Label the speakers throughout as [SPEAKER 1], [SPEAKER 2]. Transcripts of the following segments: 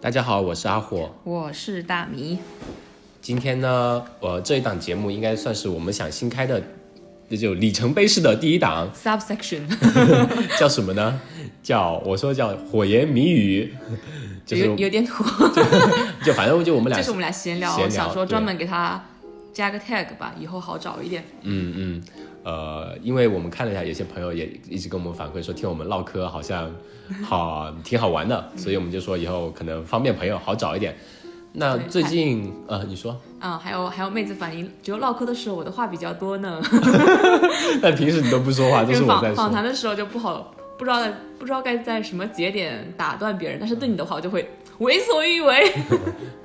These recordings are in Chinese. [SPEAKER 1] 大家好，我是阿火。
[SPEAKER 2] 我是大米，
[SPEAKER 1] 今天呢，呃，这一档节目应该算是我们想新开的，那就里程碑式的第一档，
[SPEAKER 2] subsection
[SPEAKER 1] 叫什么呢？叫我说叫火焰谜语， 就是
[SPEAKER 2] 有有点土，
[SPEAKER 1] 就反正就我们俩
[SPEAKER 2] 就是我们俩闲聊，
[SPEAKER 1] 闲聊
[SPEAKER 2] 想说
[SPEAKER 1] 对
[SPEAKER 2] 专门给他加个 tag 吧，以后好找一点。
[SPEAKER 1] 嗯嗯，呃，因为我们看了一下，有些朋友也一直跟我们反馈说，听我们唠嗑好像好挺好玩
[SPEAKER 2] 嗯
[SPEAKER 1] 的，所以我们就说以后可能方便朋友好找一点。那
[SPEAKER 2] 对
[SPEAKER 1] 最近呃，你说，
[SPEAKER 2] 啊、还有还有妹子反映，只有唠嗑的时候我的话比较多呢，
[SPEAKER 1] 但平时你都不说话，都
[SPEAKER 2] 因
[SPEAKER 1] 是
[SPEAKER 2] 为
[SPEAKER 1] 我在
[SPEAKER 2] 访访
[SPEAKER 1] 说。
[SPEAKER 2] 谈的时候就不好，不知道不知道该在什么节点打断别人，但是对你的话我就会为所欲为，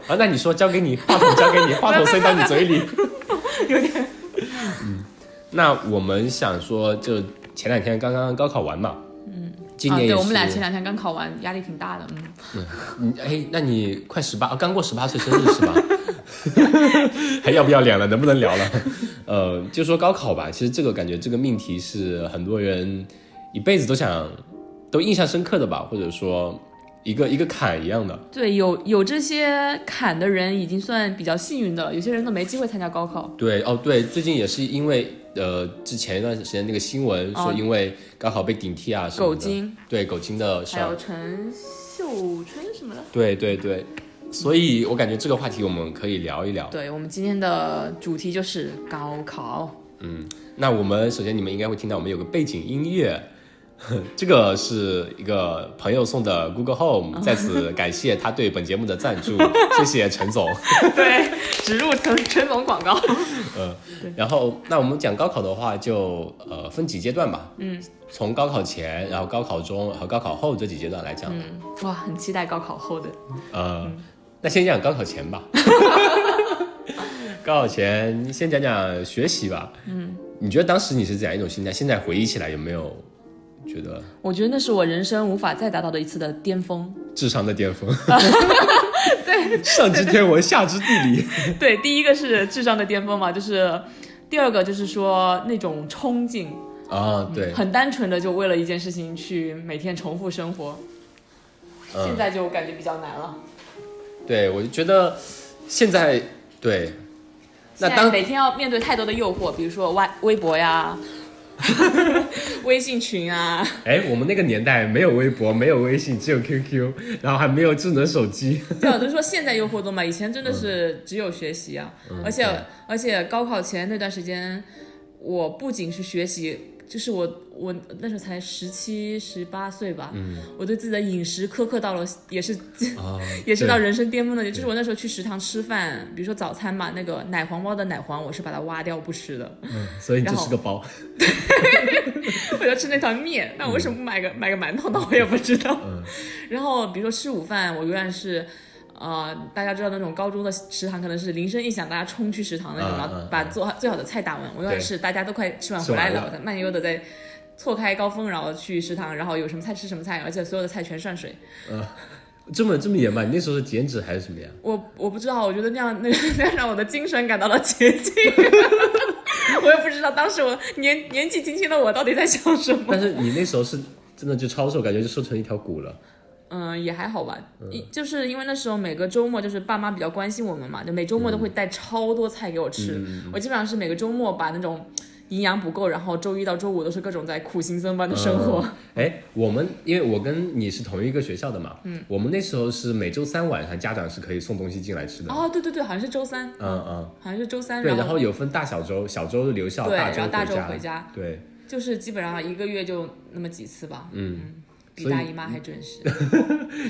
[SPEAKER 1] 啊，那你说，交给你，话筒交给你，话筒塞到你嘴里。嗯
[SPEAKER 2] 有点
[SPEAKER 1] 那我们想说，就前两天刚刚高考完嘛，嗯， 今年
[SPEAKER 2] 啊，
[SPEAKER 1] 也是、
[SPEAKER 2] 对我们俩前两天刚考完，压力挺大的，嗯，
[SPEAKER 1] 你哎，那你快十八，哦刚过十八岁生日是 吧？ 还要不要脸了？能不能聊了？ 呃，就说高考吧，其实这个感觉这个命题是很多人一辈子都想都印象深刻的吧，或者说一个一个坎一样的。
[SPEAKER 2] 对，有有这些坎的人已经算比较幸运的了，有些人都没机会参加高考，
[SPEAKER 1] 对，哦对，最近也是因为呃，之前一段时间那个新闻说
[SPEAKER 2] 哦
[SPEAKER 1] 因为高考被顶替啊什么的，
[SPEAKER 2] 狗精。
[SPEAKER 1] 对狗精的事
[SPEAKER 2] 还
[SPEAKER 1] 儿
[SPEAKER 2] 有，陈秀春什么的。
[SPEAKER 1] 对对对，所以我感觉这个话题我们可以聊一聊。
[SPEAKER 2] 对我们今天的主题就是高考，
[SPEAKER 1] 那我们首先你们应该会听到我们有个背景音乐， 这个是一个朋友送的 Google
[SPEAKER 2] 哦
[SPEAKER 1] Home，在此感谢他对本节目的赞 助，谢谢陈总。
[SPEAKER 2] 对，植入陈陈总广告。
[SPEAKER 1] 然后，那我们讲高考的话就，呃分几阶段吧，嗯，从高考前，然后高考中和高考后这几阶段来讲，
[SPEAKER 2] 嗯，哇，很期待高考后的。
[SPEAKER 1] 呃，
[SPEAKER 2] 嗯
[SPEAKER 1] 那先讲高考前 吧。高考前先讲讲学习吧，嗯，你觉得当时你是怎样一种心态？现在回忆起来有没有觉得
[SPEAKER 2] 我觉得那是我人生无法再达到的一次的巅峰。
[SPEAKER 1] 智商的巅峰。对，上知天文，下知地理。
[SPEAKER 2] 对，第一个是智商的巅峰嘛，就是第二个就是说那种冲劲，
[SPEAKER 1] 啊，对，
[SPEAKER 2] 很单纯的就为了一件事情去每天重复生活。现
[SPEAKER 1] 嗯，
[SPEAKER 2] 在就感觉比较难了。
[SPEAKER 1] 对，我就觉得现在对，那
[SPEAKER 2] 现在
[SPEAKER 1] 当
[SPEAKER 2] 每天要面对太多的诱惑，比如说微微 博呀、 微信群啊，
[SPEAKER 1] 哎，我们那个年代没有微博，没有微信，只有 QQ，然后还没有智能手机。
[SPEAKER 2] 对，我就说现在诱惑多嘛，以前真的是只有学习啊，而且
[SPEAKER 1] 嗯对
[SPEAKER 2] 而且高考前那段时间，我不仅是学习，就是我我那时候才十七十八岁吧，
[SPEAKER 1] 嗯
[SPEAKER 2] 我对自己的饮食苛刻到了，也是
[SPEAKER 1] 啊，
[SPEAKER 2] 也是到
[SPEAKER 1] 对
[SPEAKER 2] 人生巅峰的，就是我那时候去食堂吃饭，比如说早餐嘛，那个奶黄包的奶黄我是把它挖掉不吃的，
[SPEAKER 1] 嗯 所以你就是个包。
[SPEAKER 2] 我要吃那团面，那我为什么不买个、买个馒头呢？ 我也不知道。
[SPEAKER 1] 嗯
[SPEAKER 2] 然后比如说吃午饭，我永远是，呃，大家知道那种高中的食堂可能是铃声一响，大家冲去食堂那种，
[SPEAKER 1] 嗯
[SPEAKER 2] 然
[SPEAKER 1] 嗯
[SPEAKER 2] 后把做好最好的菜打完。我永远
[SPEAKER 1] 对
[SPEAKER 2] 是大家都快吃完
[SPEAKER 1] 吃
[SPEAKER 2] 回来
[SPEAKER 1] 完
[SPEAKER 2] 了，
[SPEAKER 1] 了
[SPEAKER 2] 我再慢悠悠的在。错开高峰，然后去食堂，然后有什么菜吃什么菜，而且所有的菜全涮水。
[SPEAKER 1] 这么这么严吗？你那时候是减脂还是什么呀？
[SPEAKER 2] 我我不知道，我觉得那样那个 那样让我的精神感到了洁净。 我也不知道当时我年年纪轻轻的我到底在想什么。
[SPEAKER 1] 但是你那时候是真的就超瘦，感觉就瘦成一条骨了。
[SPEAKER 2] 嗯，也还好吧，一就是因为那时候每个周末就是爸妈比较关心我们嘛，就每周
[SPEAKER 1] 嗯
[SPEAKER 2] 末都会带超多菜给我吃。我基本上是每个周末把那种营养补够，然后周一到周五都是各种在苦行僧般的生活。
[SPEAKER 1] 哎，我们因为我跟你是同一个学校的嘛，嗯，我们那时候是每周三晚上家长是可以送东西进来吃的。
[SPEAKER 2] 哦，对对对，好像是周三，
[SPEAKER 1] 嗯嗯，
[SPEAKER 2] 好像是周三，
[SPEAKER 1] 对，
[SPEAKER 2] 然
[SPEAKER 1] 然
[SPEAKER 2] 后
[SPEAKER 1] 后有分大小周，小周留校，
[SPEAKER 2] 对，
[SPEAKER 1] 大周
[SPEAKER 2] 然后大周
[SPEAKER 1] 回
[SPEAKER 2] 回。家，
[SPEAKER 1] 对，
[SPEAKER 2] 就是基本上一个月就那么几次吧。
[SPEAKER 1] 嗯
[SPEAKER 2] 比
[SPEAKER 1] 所以
[SPEAKER 2] 大姨妈还准时。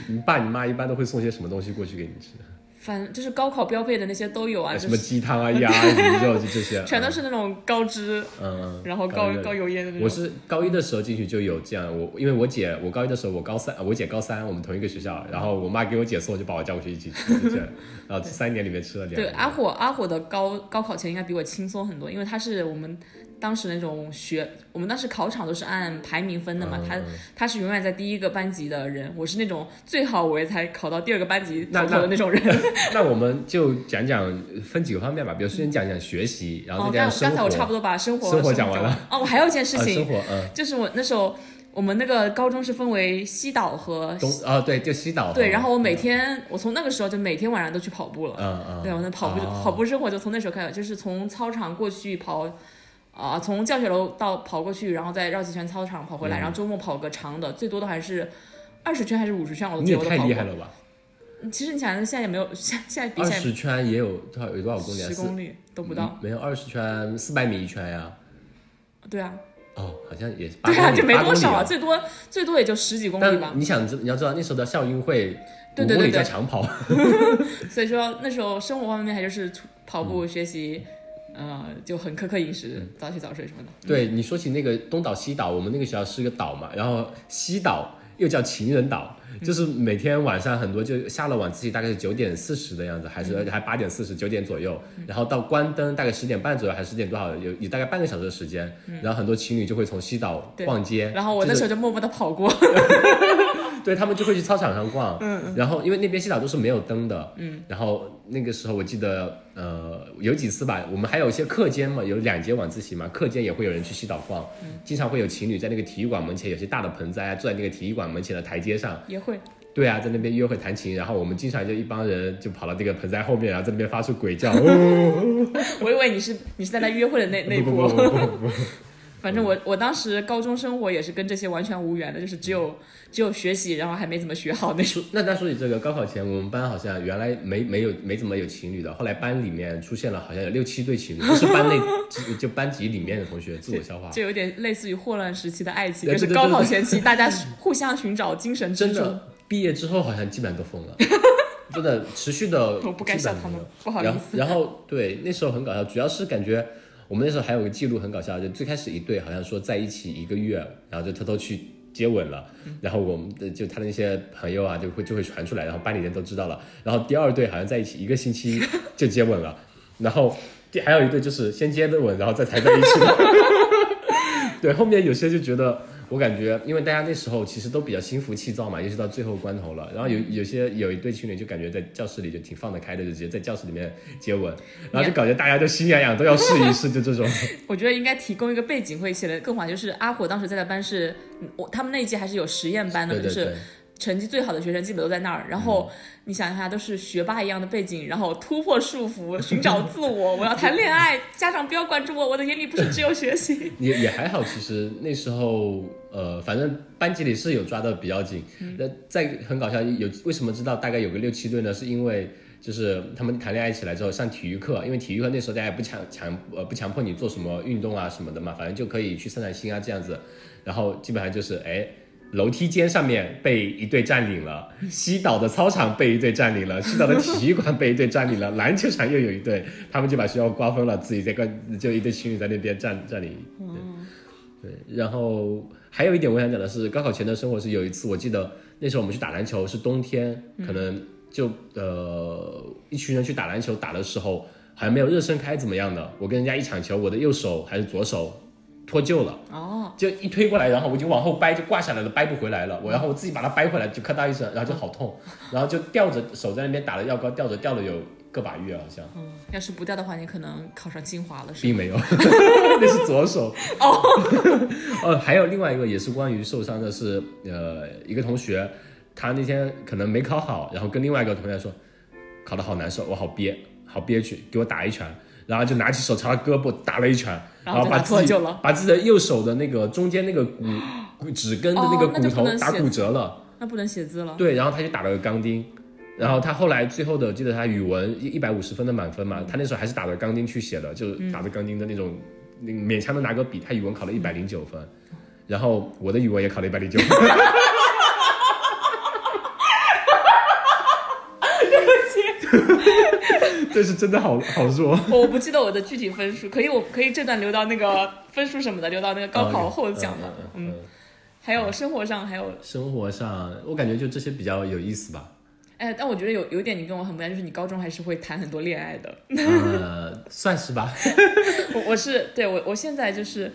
[SPEAKER 1] 你爸你妈一般都会送些什么东西过去给你吃？啊
[SPEAKER 2] 反正就是高考标配的那些都有啊，
[SPEAKER 1] 什
[SPEAKER 2] 就
[SPEAKER 1] 么
[SPEAKER 2] 是
[SPEAKER 1] 鸡汤啊、鸭啊、鱼肉就这些。
[SPEAKER 2] 全都嗯是那种高脂，
[SPEAKER 1] 嗯。嗯，
[SPEAKER 2] 然后
[SPEAKER 1] 高
[SPEAKER 2] 高
[SPEAKER 1] 热量
[SPEAKER 2] 高油烟的那
[SPEAKER 1] 我
[SPEAKER 2] 种。
[SPEAKER 1] 是高一的时候进去就有这样，我因为我姐，我高一的时候我高三，我姐高三，我们同一个学校，然后我妈给我姐送，就把我叫过去一起吃，就这 样，然后这三年里面吃了两
[SPEAKER 2] 对，
[SPEAKER 1] 年。
[SPEAKER 2] 阿火阿火的高高考前应该比我轻松很多，因为他是我们当时那种学，我们当时考场都是按排名分的嘛，
[SPEAKER 1] 嗯
[SPEAKER 2] 他他是永远在第一个班级的人，我是那种最好我也才考到第二个班级
[SPEAKER 1] 那
[SPEAKER 2] 头头的那种人。
[SPEAKER 1] 那我们就讲讲分几个方面吧，比如先讲讲学习，然后
[SPEAKER 2] 哦
[SPEAKER 1] 再，
[SPEAKER 2] 刚
[SPEAKER 1] 讲
[SPEAKER 2] 刚才我
[SPEAKER 1] 生
[SPEAKER 2] 差
[SPEAKER 1] 活。
[SPEAKER 2] 不多把生活
[SPEAKER 1] 生活
[SPEAKER 2] 活
[SPEAKER 1] 讲完
[SPEAKER 2] 了。哦，我还有一件事
[SPEAKER 1] 啊
[SPEAKER 2] 情，
[SPEAKER 1] 生活，嗯
[SPEAKER 2] 就是我那时候。我们那个高中是分为西岛和
[SPEAKER 1] 东啊，对，就西岛。
[SPEAKER 2] 呃对，然后我每天，我从那个时候就每天晚上都去跑步了。
[SPEAKER 1] 嗯嗯，
[SPEAKER 2] 对，我那跑步、
[SPEAKER 1] 哦
[SPEAKER 2] 跑步生活就从那时候开始，就是从操场过去跑，啊、从教学楼到跑过去，然后再绕几圈操场跑
[SPEAKER 1] 嗯
[SPEAKER 2] 回来，然后周末跑个长的，最多的还是二十圈还是五十圈，我都
[SPEAKER 1] 你
[SPEAKER 2] 记
[SPEAKER 1] 也
[SPEAKER 2] 得我都
[SPEAKER 1] 太
[SPEAKER 2] 跑
[SPEAKER 1] 厉
[SPEAKER 2] 过
[SPEAKER 1] 害。了吧！
[SPEAKER 2] 嗯其实你想，现在也没有，现现在比
[SPEAKER 1] 二
[SPEAKER 2] 起来
[SPEAKER 1] 十圈也有多少有多少公里啊？
[SPEAKER 2] 十
[SPEAKER 1] 四嗯
[SPEAKER 2] 公里都不到。
[SPEAKER 1] 没有二十圈，四百米一圈呀。
[SPEAKER 2] 对啊，
[SPEAKER 1] 哦，好像也是八
[SPEAKER 2] 对
[SPEAKER 1] 公
[SPEAKER 2] 啊，
[SPEAKER 1] 里，
[SPEAKER 2] 就没
[SPEAKER 1] 八
[SPEAKER 2] 多
[SPEAKER 1] 公里
[SPEAKER 2] 少
[SPEAKER 1] 啊
[SPEAKER 2] 啊，最多最多也就十几公里吧
[SPEAKER 1] 但。你想知，你要知道那时候的校运会，
[SPEAKER 2] 对
[SPEAKER 1] 五
[SPEAKER 2] 对对
[SPEAKER 1] 公里
[SPEAKER 2] 对
[SPEAKER 1] 在长跑，
[SPEAKER 2] 所以说那时候生活方面还就是出跑
[SPEAKER 1] 嗯
[SPEAKER 2] 步、学习，呃，就很苛刻饮食，早起早睡什么的。
[SPEAKER 1] 对你说起那个东岛西岛，我们那个学校是个岛嘛，然后西岛又叫情人岛，就是每天晚上很多就下了晚自习，大概是九点四十的样子，还是
[SPEAKER 2] 嗯
[SPEAKER 1] 还八点四十九点左右，然后到关灯大概十点半左右，还是十点多少，有有大概半个小时的时间，然后很多情侣就会从西岛
[SPEAKER 2] 嗯对
[SPEAKER 1] 逛街，
[SPEAKER 2] 然后我
[SPEAKER 1] 哎就
[SPEAKER 2] 那
[SPEAKER 1] 是
[SPEAKER 2] 时候就默默的跑过，
[SPEAKER 1] 对他们就会去操场上逛，嗯，然后因为那边西岛都是没有灯的，嗯，然后那个时候我记得，呃，有几次吧，我们还有一些课间嘛，有两节晚自习嘛，课间也会有人去西岛逛，经常会有情侣在那个体育馆门前，有些大的盆栽啊坐在那个体育馆门前的台阶上，
[SPEAKER 2] 也会。
[SPEAKER 1] 对啊，在那边约会弹琴，然后我们经常就一帮人就跑到这个盆栽后面，然后在那边发出鬼 叫，哦，
[SPEAKER 2] 我以为你是你是在那约会的那那一
[SPEAKER 1] 不
[SPEAKER 2] 波
[SPEAKER 1] 不不。不不不，
[SPEAKER 2] 反正我我当时高中生活也是跟这些完全无缘的，就是只有只有学习，然后还没怎么学好那种。
[SPEAKER 1] 说那那说起这个高考前，我们班好像原来没没有没怎么有情侣的，后来班里面出现了好像有六七对情侣，不是班内就就班级里面的同学自我消化。
[SPEAKER 2] 就有点类似于霍乱时期的爱情，
[SPEAKER 1] 啊对
[SPEAKER 2] 就是
[SPEAKER 1] 对对
[SPEAKER 2] 高考
[SPEAKER 1] 对对
[SPEAKER 2] 前 期大家互相寻找精神支
[SPEAKER 1] 真
[SPEAKER 2] 柱。
[SPEAKER 1] 的毕业之后好像基本上都疯 了，真的持续的。
[SPEAKER 2] 我不该笑他们，不好意
[SPEAKER 1] 然
[SPEAKER 2] 思
[SPEAKER 1] 后。然后对那时候很搞笑，主要是感觉我们那时候还有个记录很搞笑，就最开始一对好像说在一起一个月，然后就偷偷去接吻了，
[SPEAKER 2] 嗯
[SPEAKER 1] 然后我们的就他的那些朋友啊就会就会传出来，然后班里人都知道了，然后第二对好像在一起一个星期就接吻了，然后第还有一对就是先接的吻，然后再才在一起的。 对，后面有些就觉得。我感觉，因为大家那时候其实都比较心浮气躁嘛，尤其到最后关头了。然后有有些有一对情侣就感觉在教室里就挺放得开的，就直接在教室里面接吻，然后就感觉大家都心痒痒，都要试一试，就这种。
[SPEAKER 2] 我觉得应该提供一个背景会写的更好，就是阿火当时在的班是，嗯我他们那一届还是有实验班的，
[SPEAKER 1] 对对
[SPEAKER 2] 就是
[SPEAKER 1] 对，
[SPEAKER 2] 成绩最好的学生基本都在那
[SPEAKER 1] 嗯
[SPEAKER 2] 儿。然后你想一下，都是学霸一样的背景，然后突破束缚，寻找自我，我要谈恋爱，家长不要管住我，我的眼里不是只有学习。
[SPEAKER 1] 也也还好。其实那时候，呃，反正班级里是有抓的比较紧。那、再很搞笑，有为什么知道大概有个六七对呢？是因为就是他们谈恋爱起来之后上体育课，因为体育课那时候大家也不强强呃不强迫你做什么运动啊什么的嘛，反正就可以去散散心啊这样子。然后基本上就是哎。楼梯间上面被一队占领了，西岛的操场被一队占领了，西岛的体育馆被一队占领了， 篮球场又有一队，他们就把学校瓜分了，自己在跟就一对情侣在那边占占领对，然后还有一点我想讲的是，高考前的生活是有一次，我记得那时候我们去打篮球是冬天，可能就呃一群人去打篮球打的时候，好像没有热身开怎么样的，我跟人家一抢球，我的右手还是左手脱臼了。
[SPEAKER 2] 哦，
[SPEAKER 1] 就一推过来，然后我就往后掰，就挂下来了，掰不回来了。我然后我自己把它掰回来，就咔嗒一声，然后就好痛，然后就吊着手在那边打了药膏，吊着吊了有个把月好像，
[SPEAKER 2] 嗯，要是不掉的话，你可能考上清华了，是吧？
[SPEAKER 1] 并没有， 那是左手。哦， 呃，还有另外一个也是关于受伤的是，呃，一个同学，他那天可能没考好，然后跟另外一个同学说，考得好难受，我好憋，好憋屈，给我打一拳，然后就拿起手朝他胳膊打了一拳，然
[SPEAKER 2] 然后
[SPEAKER 1] 后
[SPEAKER 2] 就
[SPEAKER 1] 把
[SPEAKER 2] 打
[SPEAKER 1] 自己
[SPEAKER 2] 脱臼了
[SPEAKER 1] 把自己的右手的那个中间那个骨骨指根的那个
[SPEAKER 2] 哦那
[SPEAKER 1] 骨
[SPEAKER 2] 就不
[SPEAKER 1] 头
[SPEAKER 2] 能
[SPEAKER 1] 打
[SPEAKER 2] 写
[SPEAKER 1] 骨折了。
[SPEAKER 2] 那不能写字了。
[SPEAKER 1] 对，然后他就打了个钢钉，然后他后来最后的，记得他语文一一百五十分的满分嘛，他那时候还是打着钢钉去写的，就是打着钢钉的那种，那个勉强能拿个笔。他语文考了一百零九分，然后我的语文也考了一百零九分， 这是真的好好弱。
[SPEAKER 2] 我不记得我的具体分数，可以我可以这段留到那个分数什么的，留到那个高考后讲吧。
[SPEAKER 1] 嗯嗯嗯嗯
[SPEAKER 2] 还有生活上还有
[SPEAKER 1] 生活上我感觉就这些比较有意思吧。
[SPEAKER 2] 哎，但我觉得有有一点你跟我很不一样，就是你高中还是会谈很多恋爱的。
[SPEAKER 1] 呃，算是吧。
[SPEAKER 2] 我我是对我我现在就是，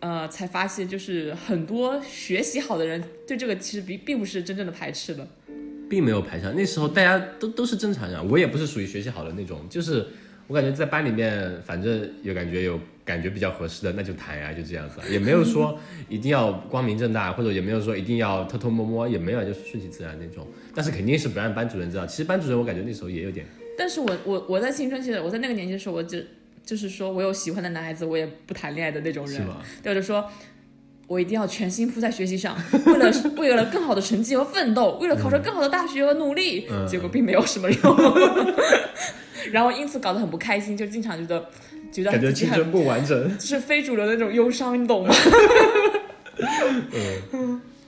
[SPEAKER 2] 呃，才发现就是很多学习好的人对这个其实并并不是真正的排斥的。
[SPEAKER 1] 并没有排上。那时候大家都都是正常人，我也不是属于学习好的那种，就是我感觉在班里面，反正有感觉有感觉比较合适的，那就谈呀、就这样子，啊也没有 说一定要光明正大，或者也没有说一定要偷偷摸摸，也没有，就是顺其自然那种。但是肯定是不让班主任知道。其实班主任我感觉那时候也有点，
[SPEAKER 2] 但是我我我在青春期的，我在那个年纪的时候，我就就是说我有喜欢的男孩子，我也不谈恋爱的那种
[SPEAKER 1] 是
[SPEAKER 2] 人，
[SPEAKER 1] 吗？
[SPEAKER 2] 对，我就说。我一定要全心扑在学习上，为了为了更好的成绩和奋斗，为了考上更好的大学而努力，
[SPEAKER 1] 嗯
[SPEAKER 2] 结果并没有什么用， 然后因此搞得很不开心，就经常觉得觉得
[SPEAKER 1] 感觉
[SPEAKER 2] 自己
[SPEAKER 1] 青
[SPEAKER 2] 很
[SPEAKER 1] 春不完整。
[SPEAKER 2] 就是非主流的那种忧伤，你懂吗？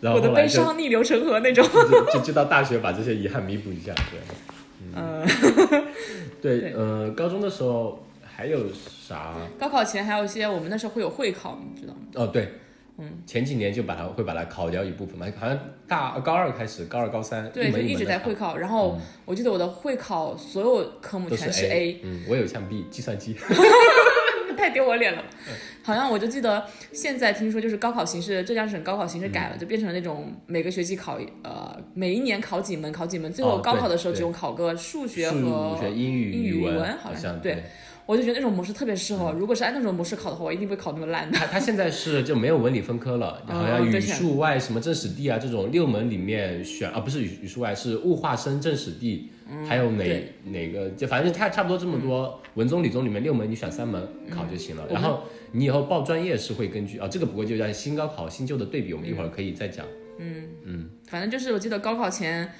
[SPEAKER 1] 然后
[SPEAKER 2] 我的
[SPEAKER 1] 后来
[SPEAKER 2] 悲
[SPEAKER 1] 就
[SPEAKER 2] 伤逆流成河那种。
[SPEAKER 1] 就就就到大学把这些遗憾弥补一下，对。
[SPEAKER 2] 嗯，
[SPEAKER 1] 对，
[SPEAKER 2] 对
[SPEAKER 1] 呃，高中的时候还有啥？
[SPEAKER 2] 高考前还有一些，我们那时候会有会考，你知道吗？
[SPEAKER 1] 哦，对，嗯，前几年就把它会把它考掉一部分嘛，好像大高二开始，高二高三
[SPEAKER 2] 对，
[SPEAKER 1] 一
[SPEAKER 2] 就
[SPEAKER 1] 门
[SPEAKER 2] 一直
[SPEAKER 1] 门
[SPEAKER 2] 在
[SPEAKER 1] 的
[SPEAKER 2] 会考。然后我记得我的会考所有科目
[SPEAKER 1] 都
[SPEAKER 2] 全
[SPEAKER 1] 是
[SPEAKER 2] A，
[SPEAKER 1] 嗯，我有一项 B，计算机，
[SPEAKER 2] 太丢我脸了。好像我就记得现在听说就是高考形式，浙江省高考形式改了，就变成了那种每个学期考呃每一年考几门考几门，最后
[SPEAKER 1] 哦
[SPEAKER 2] 高考
[SPEAKER 1] 对
[SPEAKER 2] 的时候只
[SPEAKER 1] 对
[SPEAKER 2] 用考个数学
[SPEAKER 1] 数
[SPEAKER 2] 和。
[SPEAKER 1] 学、英语、
[SPEAKER 2] 英语
[SPEAKER 1] 语
[SPEAKER 2] 语
[SPEAKER 1] 文，
[SPEAKER 2] 文
[SPEAKER 1] 好
[SPEAKER 2] 好像
[SPEAKER 1] 像
[SPEAKER 2] 对。我就觉得那种模式特别适合我，如果是按那种模式考的话，我一定不会考那么烂的。
[SPEAKER 1] 他他现在是就没有文理分科了，
[SPEAKER 2] 哦
[SPEAKER 1] 好像语
[SPEAKER 2] 对是
[SPEAKER 1] 数外什么政史地啊这种六门里面选啊，不是语语数外是物化生政史地，还有哪
[SPEAKER 2] 嗯对嗯
[SPEAKER 1] 哪个就反正他差不多这么多文综理综里面六门你选三门考就行了
[SPEAKER 2] 我，
[SPEAKER 1] 然
[SPEAKER 2] 们
[SPEAKER 1] 后你以后报专业是会根据啊这个不过就在新高考新旧的对比，我们一会儿可以再讲。
[SPEAKER 2] 反正就是我记得高考前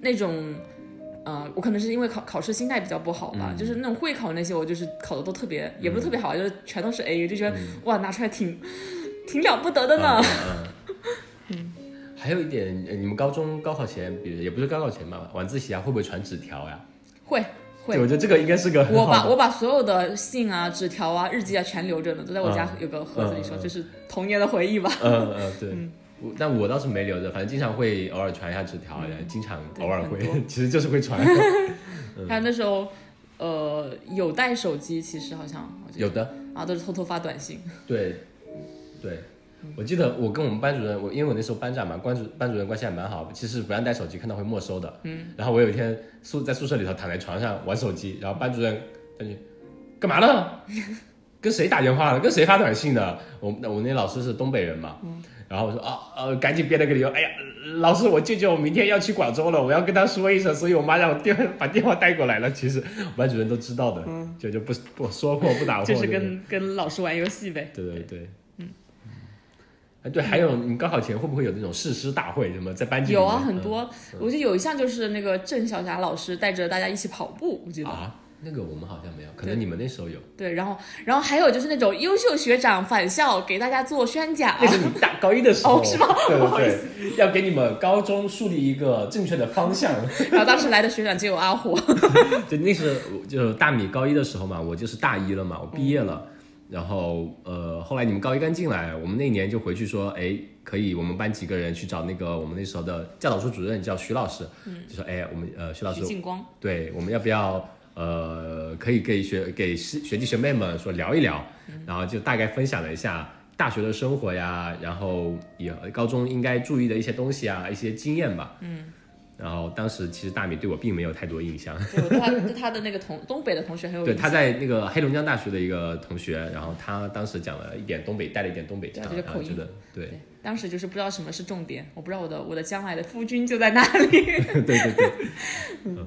[SPEAKER 2] 那种，呃，我可能是因为考考试心态比较不好吧，
[SPEAKER 1] 嗯
[SPEAKER 2] 就是那种会考那些，我就是考的都特别，也不是特别好，就是全都是 A，就觉得、哇，拿出来挺 挺了不得的呢。
[SPEAKER 1] 嗯嗯嗯，还有一点，呃你们高中高考前，比如也不是高考前吧，晚自习啊会不会传纸条呀？
[SPEAKER 2] 会
[SPEAKER 1] 对，
[SPEAKER 2] 会，
[SPEAKER 1] 我觉得这个应该是个很
[SPEAKER 2] 我
[SPEAKER 1] 好的
[SPEAKER 2] 把我把所有的信啊、纸条啊、日记啊全留着呢，都在我家
[SPEAKER 1] 嗯
[SPEAKER 2] 有个盒子里说，
[SPEAKER 1] 嗯嗯
[SPEAKER 2] 这是童年的回忆吧。
[SPEAKER 1] 嗯嗯，对。我但我倒是没留着，反正经常会偶尔传一下纸条，也经常
[SPEAKER 2] 对
[SPEAKER 1] 偶尔
[SPEAKER 2] 很
[SPEAKER 1] 会， 其实就是会传。嗯
[SPEAKER 2] 还有那时候，呃，有带手机，其实好像好像
[SPEAKER 1] 有的，
[SPEAKER 2] 啊，都是偷偷发短信。
[SPEAKER 1] 对，对。我记得我跟我们班主任，我因为我那时候班长嘛，班主班主任关系还蛮好，其实不让带手机，看到会没收的。嗯。然后我有一天宿在宿舍里头躺在床上玩手机，然后班主任他就干嘛呢？ 跟谁打电话呢？跟谁发短信呢？我们我那老师是东北人嘛，
[SPEAKER 2] 嗯
[SPEAKER 1] 然后我说啊呃，赶紧编了个理由，哎呀，老师我舅舅明天要去广州了，我要跟他说一声，所以我妈让我电话把电话带过来了。其实班主任都知道的，就就不不说破不打破，
[SPEAKER 2] 嗯就是
[SPEAKER 1] 对
[SPEAKER 2] 跟跟老师玩游戏呗，
[SPEAKER 1] 对对对，嗯。哎，对，还有你高考前会不会有那种誓师大会？什么在班级里
[SPEAKER 2] 有啊，
[SPEAKER 1] 面
[SPEAKER 2] 很多。我记得有一项就是那个郑晓霞老师带着大家一起跑步，我记
[SPEAKER 1] 嗯
[SPEAKER 2] 得。
[SPEAKER 1] 啊，那个我们好像没有，可
[SPEAKER 2] 对
[SPEAKER 1] 能你们那时候有。
[SPEAKER 2] 对，然后然后还有就是那种优秀学长返校给大家做宣讲
[SPEAKER 1] 那，是你大高一的时候，
[SPEAKER 2] 哦是吗
[SPEAKER 1] 对
[SPEAKER 2] 不好意
[SPEAKER 1] 对对，要给你们高中树立一个正确的方向。
[SPEAKER 2] 然后当时来的学长就有阿虎，
[SPEAKER 1] 就那是我就大米高一的时候嘛，我就是大一了嘛，我毕业
[SPEAKER 2] 嗯
[SPEAKER 1] 了。然后呃，后来你们高一刚进来，我们那年就回去说，哎，可以，我们班几个人去找那个我们那时候的教导处主任叫徐老师，
[SPEAKER 2] 嗯
[SPEAKER 1] 就说，哎，我们呃徐老师
[SPEAKER 2] 徐，静光，
[SPEAKER 1] 对，我们要不要呃，可以给学给师学弟学妹们说聊一聊，然后就大概分享了一下大学的生活呀，然后也高中应该注意的一些东西啊，一些经验吧。嗯。然后当时其实大米对我并没有太多印象，
[SPEAKER 2] 对我对他对他的那个同东北的同学很有
[SPEAKER 1] 对，
[SPEAKER 2] 印象，
[SPEAKER 1] 他在那个黑龙江大学的一个同学，然后他当时讲了一点东北，带了一点东北
[SPEAKER 2] 对
[SPEAKER 1] 腔，
[SPEAKER 2] 这个
[SPEAKER 1] 然后
[SPEAKER 2] 口
[SPEAKER 1] 觉
[SPEAKER 2] 音
[SPEAKER 1] 得对
[SPEAKER 2] 对，当时就是不知道什么是重点，我不知道我的我的将来的夫君就在那里， 嗯
[SPEAKER 1] 对对 对，嗯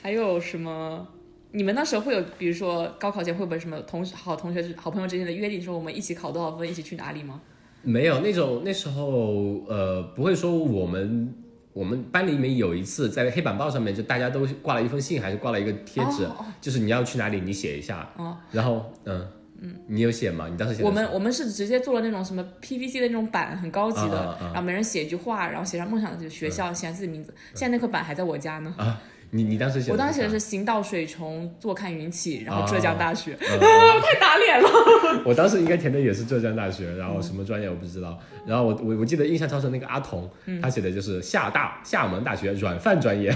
[SPEAKER 2] 还有什么？你们那时候会有，比如说高考前会不会什么同好同学、好朋友之间的约定，说我们一起考多少分，一起去哪里吗？
[SPEAKER 1] 没有那种那时候呃不会说我们我们班里面有一次在黑板报上面就大家都挂了一封信还是挂了一个贴纸，
[SPEAKER 2] 哦
[SPEAKER 1] 就是你要去哪里你写一下，
[SPEAKER 2] 哦
[SPEAKER 1] 然后嗯嗯，你有写吗？你当时写的
[SPEAKER 2] 我
[SPEAKER 1] 是
[SPEAKER 2] 们我们是直接做了那种什么 PVC 的那种板，很高级的，
[SPEAKER 1] 啊嗯啊啊
[SPEAKER 2] 然后每人写一句话，然后写上梦想的学校，写上自己名字。现在那块板还在我家呢。
[SPEAKER 1] 啊，你你当时写的
[SPEAKER 2] 我当时写
[SPEAKER 1] 啥
[SPEAKER 2] 的是“行到水穷，坐看云起”，然后
[SPEAKER 1] 啊
[SPEAKER 2] 浙江大学，
[SPEAKER 1] 嗯
[SPEAKER 2] 太打脸了。
[SPEAKER 1] 我当时应该填的也是浙江大学，然后什么专业我不知道。然后我我我记得印象超深那个阿童，
[SPEAKER 2] 嗯
[SPEAKER 1] 他写的就是厦大厦门大学软饭专业，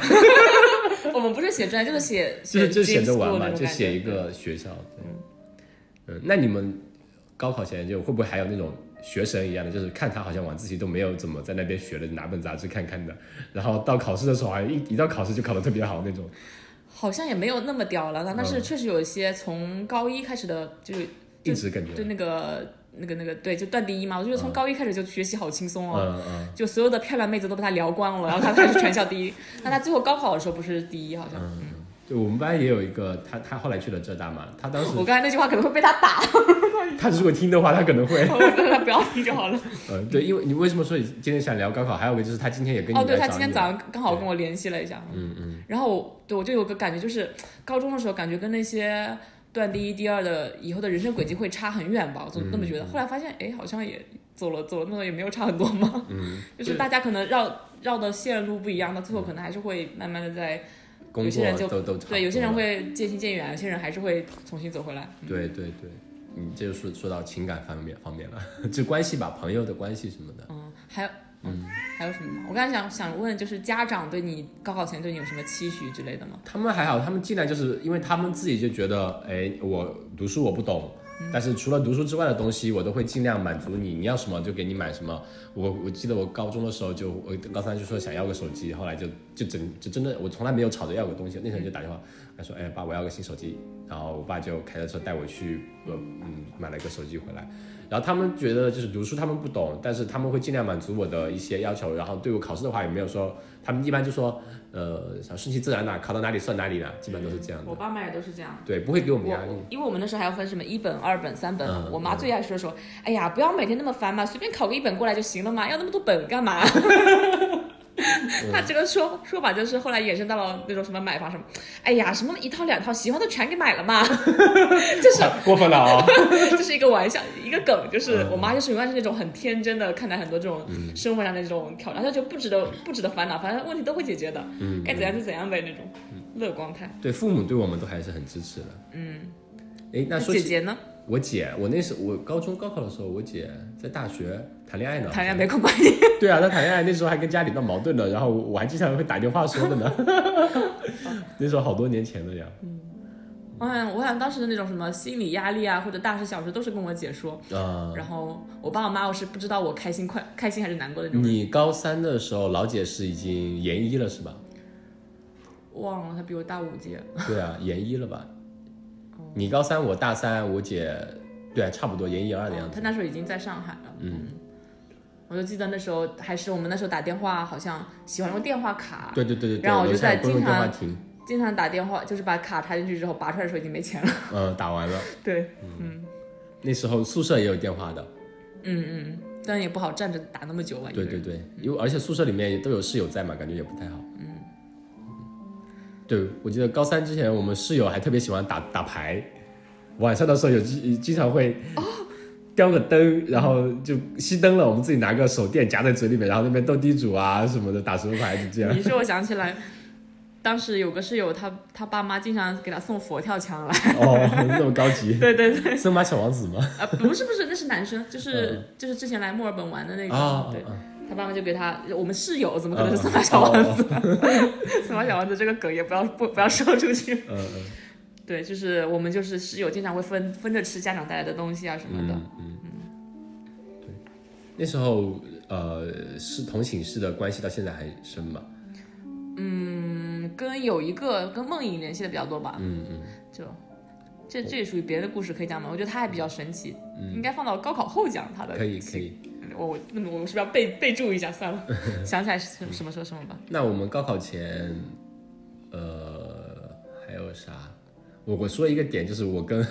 [SPEAKER 2] 我们不是写专业，就是写
[SPEAKER 1] 就是就
[SPEAKER 2] 写
[SPEAKER 1] 写着玩
[SPEAKER 2] James Bond
[SPEAKER 1] 嘛，
[SPEAKER 2] 那种
[SPEAKER 1] 就写一
[SPEAKER 2] 感觉
[SPEAKER 1] 个学校。对，嗯，那你们高考前就会不会还有那种学神一样的，就是看他好像晚自习都没有怎么在那边学的，拿本杂志看看的，然后到考试的时候好像一一到考试就考得特别好那种。
[SPEAKER 2] 好像也没有那么屌了，但
[SPEAKER 1] 嗯
[SPEAKER 2] 是确实有一些从高一开始的就
[SPEAKER 1] 一直感觉，
[SPEAKER 2] 对那个那个那个对，就段第一嘛，我觉得从高一开始就学习好轻松哦，
[SPEAKER 1] 嗯嗯，
[SPEAKER 2] 就所有的漂亮妹子都被他聊光了，然后他他是全校第一， 但他最后高考的时候不是第一，好像。
[SPEAKER 1] 就我们班也有一个，他他后来去了浙大嘛，他当 时
[SPEAKER 2] 我刚才那句话可能会被他 打，
[SPEAKER 1] 他如果听的话，他可能会，
[SPEAKER 2] 我让他不要听就好了。
[SPEAKER 1] 呃，对，因为你为什么说你今天想聊高考，还有一个就是他今天也跟你
[SPEAKER 2] 哦，对
[SPEAKER 1] 来
[SPEAKER 2] 他
[SPEAKER 1] 找
[SPEAKER 2] 今天
[SPEAKER 1] 你
[SPEAKER 2] 早上刚好跟我联系了一下，
[SPEAKER 1] 嗯嗯，
[SPEAKER 2] 然后我对我就有个感觉，就是高中的时候感觉跟那些段第一、第二的以后的人生轨迹会差很远吧，我总那么觉得。
[SPEAKER 1] 嗯
[SPEAKER 2] 后来发现，哎，好像也走了走了那么也没有差很多嘛，
[SPEAKER 1] 嗯，
[SPEAKER 2] 就是大家可能绕绕的线路不一样，到最后可能还是会慢慢的在
[SPEAKER 1] 工
[SPEAKER 2] 有些人
[SPEAKER 1] 作
[SPEAKER 2] 就
[SPEAKER 1] 都都差
[SPEAKER 2] 对，有些
[SPEAKER 1] 不多
[SPEAKER 2] 人
[SPEAKER 1] 了
[SPEAKER 2] 会渐行渐远，有些人还是会重新走回来。
[SPEAKER 1] 对对对，你这就说说到情感方面方面了， 就关系吧，朋友的关系什么的。
[SPEAKER 2] 嗯，还有。嗯，还有什么吗？我刚才想想问，就是家长对你高考前对你有什么期许之类的吗？
[SPEAKER 1] 他们还好，他们进来就是因为他们自己就觉得，哎，我读书我不懂，但是除了读书之外的东西，我都会尽量满足你，你要什么就给你买什么。我我记得我高中的时候就，我高三就说想要个手机，后来就就整就真的我从来没有吵着要个东西，那时候就打电话，他说，哎，爸，我要个新手机，然后我爸就开着车带我去，呃，嗯，买了一个手机回来。然后他们觉得就是读书他们不懂，但是他们会尽量满足我的一些要求，然后对我考试的话也没有说，他们一般就说，呃，想顺其自然呐、考到哪里算哪里啦、基本都是这样的。
[SPEAKER 2] 我爸妈也都是这样。
[SPEAKER 1] 对，不会给我们
[SPEAKER 2] 我
[SPEAKER 1] 压力。
[SPEAKER 2] 因为我们那时候还要分什么一本、二本、三本。
[SPEAKER 1] 嗯
[SPEAKER 2] 我妈最爱说说，哎呀，不要每天那么烦嘛，随便考个一本过来就行了嘛，要那么多本干嘛？
[SPEAKER 1] 嗯
[SPEAKER 2] 她这个说说法就是后来衍生到了那种什么买房什么，哎呀，什么一套两套喜欢的全给买了嘛，这是
[SPEAKER 1] 过分了啊、
[SPEAKER 2] 这是一个玩笑，一个梗，就是
[SPEAKER 1] 嗯
[SPEAKER 2] 我妈就是永远是那种很天真的看待很多这种生活上的这种挑战，她就不值得不值得烦恼，反正问题都会解决的，
[SPEAKER 1] 嗯
[SPEAKER 2] 该怎样就怎样呗那种乐观态。
[SPEAKER 1] 对，父母对我们都还是很支持的。嗯。哎，那说
[SPEAKER 2] 姐
[SPEAKER 1] 起
[SPEAKER 2] 姐呢？
[SPEAKER 1] 我姐，我那时我高中高考的时候，我姐在大学谈恋爱呢。
[SPEAKER 2] 谈恋爱没空管你。
[SPEAKER 1] 对啊，她谈恋爱那时候还跟家里闹矛盾呢，然后我还经常会打电话说的呢。 那时候好多年前了呀。
[SPEAKER 2] 嗯，我想当时的那种什么心理压力啊，或者大事小事，都是跟我姐说。
[SPEAKER 1] 啊、
[SPEAKER 2] 然后我爸我妈我是不知道我开心快开心还是难过的那种人，
[SPEAKER 1] 你高三的时候，老姐是已经研一了是吧？
[SPEAKER 2] 忘了她比我大五届。
[SPEAKER 1] 对啊，研一了吧？
[SPEAKER 2] 哦
[SPEAKER 1] 你高三，我大三，我姐对、啊，差不多研一研二的样
[SPEAKER 2] 哦她
[SPEAKER 1] 子。
[SPEAKER 2] 那时候已经在上海了。嗯，我就记得那时候还是我们那时候打电话，好像喜欢用电话卡，
[SPEAKER 1] 对对对对对，
[SPEAKER 2] 哦然后我就
[SPEAKER 1] 楼下有
[SPEAKER 2] 在
[SPEAKER 1] 公用
[SPEAKER 2] 经
[SPEAKER 1] 电话
[SPEAKER 2] 常
[SPEAKER 1] 亭，
[SPEAKER 2] 经常打电话就是把卡插进去之后拔出来的时候已经没钱 了。
[SPEAKER 1] 嗯，打完了。
[SPEAKER 2] 对，
[SPEAKER 1] 那时候宿舍也有电话的，
[SPEAKER 2] 嗯嗯，但也不好站着打那么久吧。一个
[SPEAKER 1] 对
[SPEAKER 2] 人嗯
[SPEAKER 1] 对对，因为而且宿舍里面也都有室友在嘛，感觉也不太好。嗯，对，我记得高三之前，我们室友还特别喜欢打打牌，晚上的时候有经经常会
[SPEAKER 2] 哦
[SPEAKER 1] 叼个灯，然后就熄灯了，我们自己拿个手电夹在嘴里面，然后那边斗地主啊什么的，打什么牌就这样。
[SPEAKER 2] 你说我想起来，当时有个室友，他他爸妈经常给他送佛跳墙来。
[SPEAKER 1] 哦，那么高级，
[SPEAKER 2] 对对对。
[SPEAKER 1] 森马小王子吗？
[SPEAKER 2] 啊，不是不是，那是男生，就是
[SPEAKER 1] 嗯
[SPEAKER 2] 就是之前来墨尔本玩的那个，
[SPEAKER 1] 啊
[SPEAKER 2] 对，
[SPEAKER 1] 啊
[SPEAKER 2] 他爸妈就给他，我们室友怎么可
[SPEAKER 1] 哦
[SPEAKER 2] 能是司马小王子？ 司马小王子这个梗也不要不不要说出去。
[SPEAKER 1] 嗯嗯
[SPEAKER 2] 对，就是我们就是室友经常会分分着吃家长带来的东西啊什么的。
[SPEAKER 1] 嗯嗯嗯，对，那时候呃是同寝室的关系到现在还深嘛？
[SPEAKER 2] 嗯，跟有一个跟梦影联系的比较多吧，
[SPEAKER 1] 嗯嗯。
[SPEAKER 2] 就。这这也属于别的故事可以讲吗？我觉得他还比较神奇，应该放到高考后讲他的。
[SPEAKER 1] 嗯可以可以。
[SPEAKER 2] 我我那么我是不是要备备注一下算 了？想起来是什么说什么吧。
[SPEAKER 1] 那我们高考前，呃，还有啥？我我说一个点，就是我跟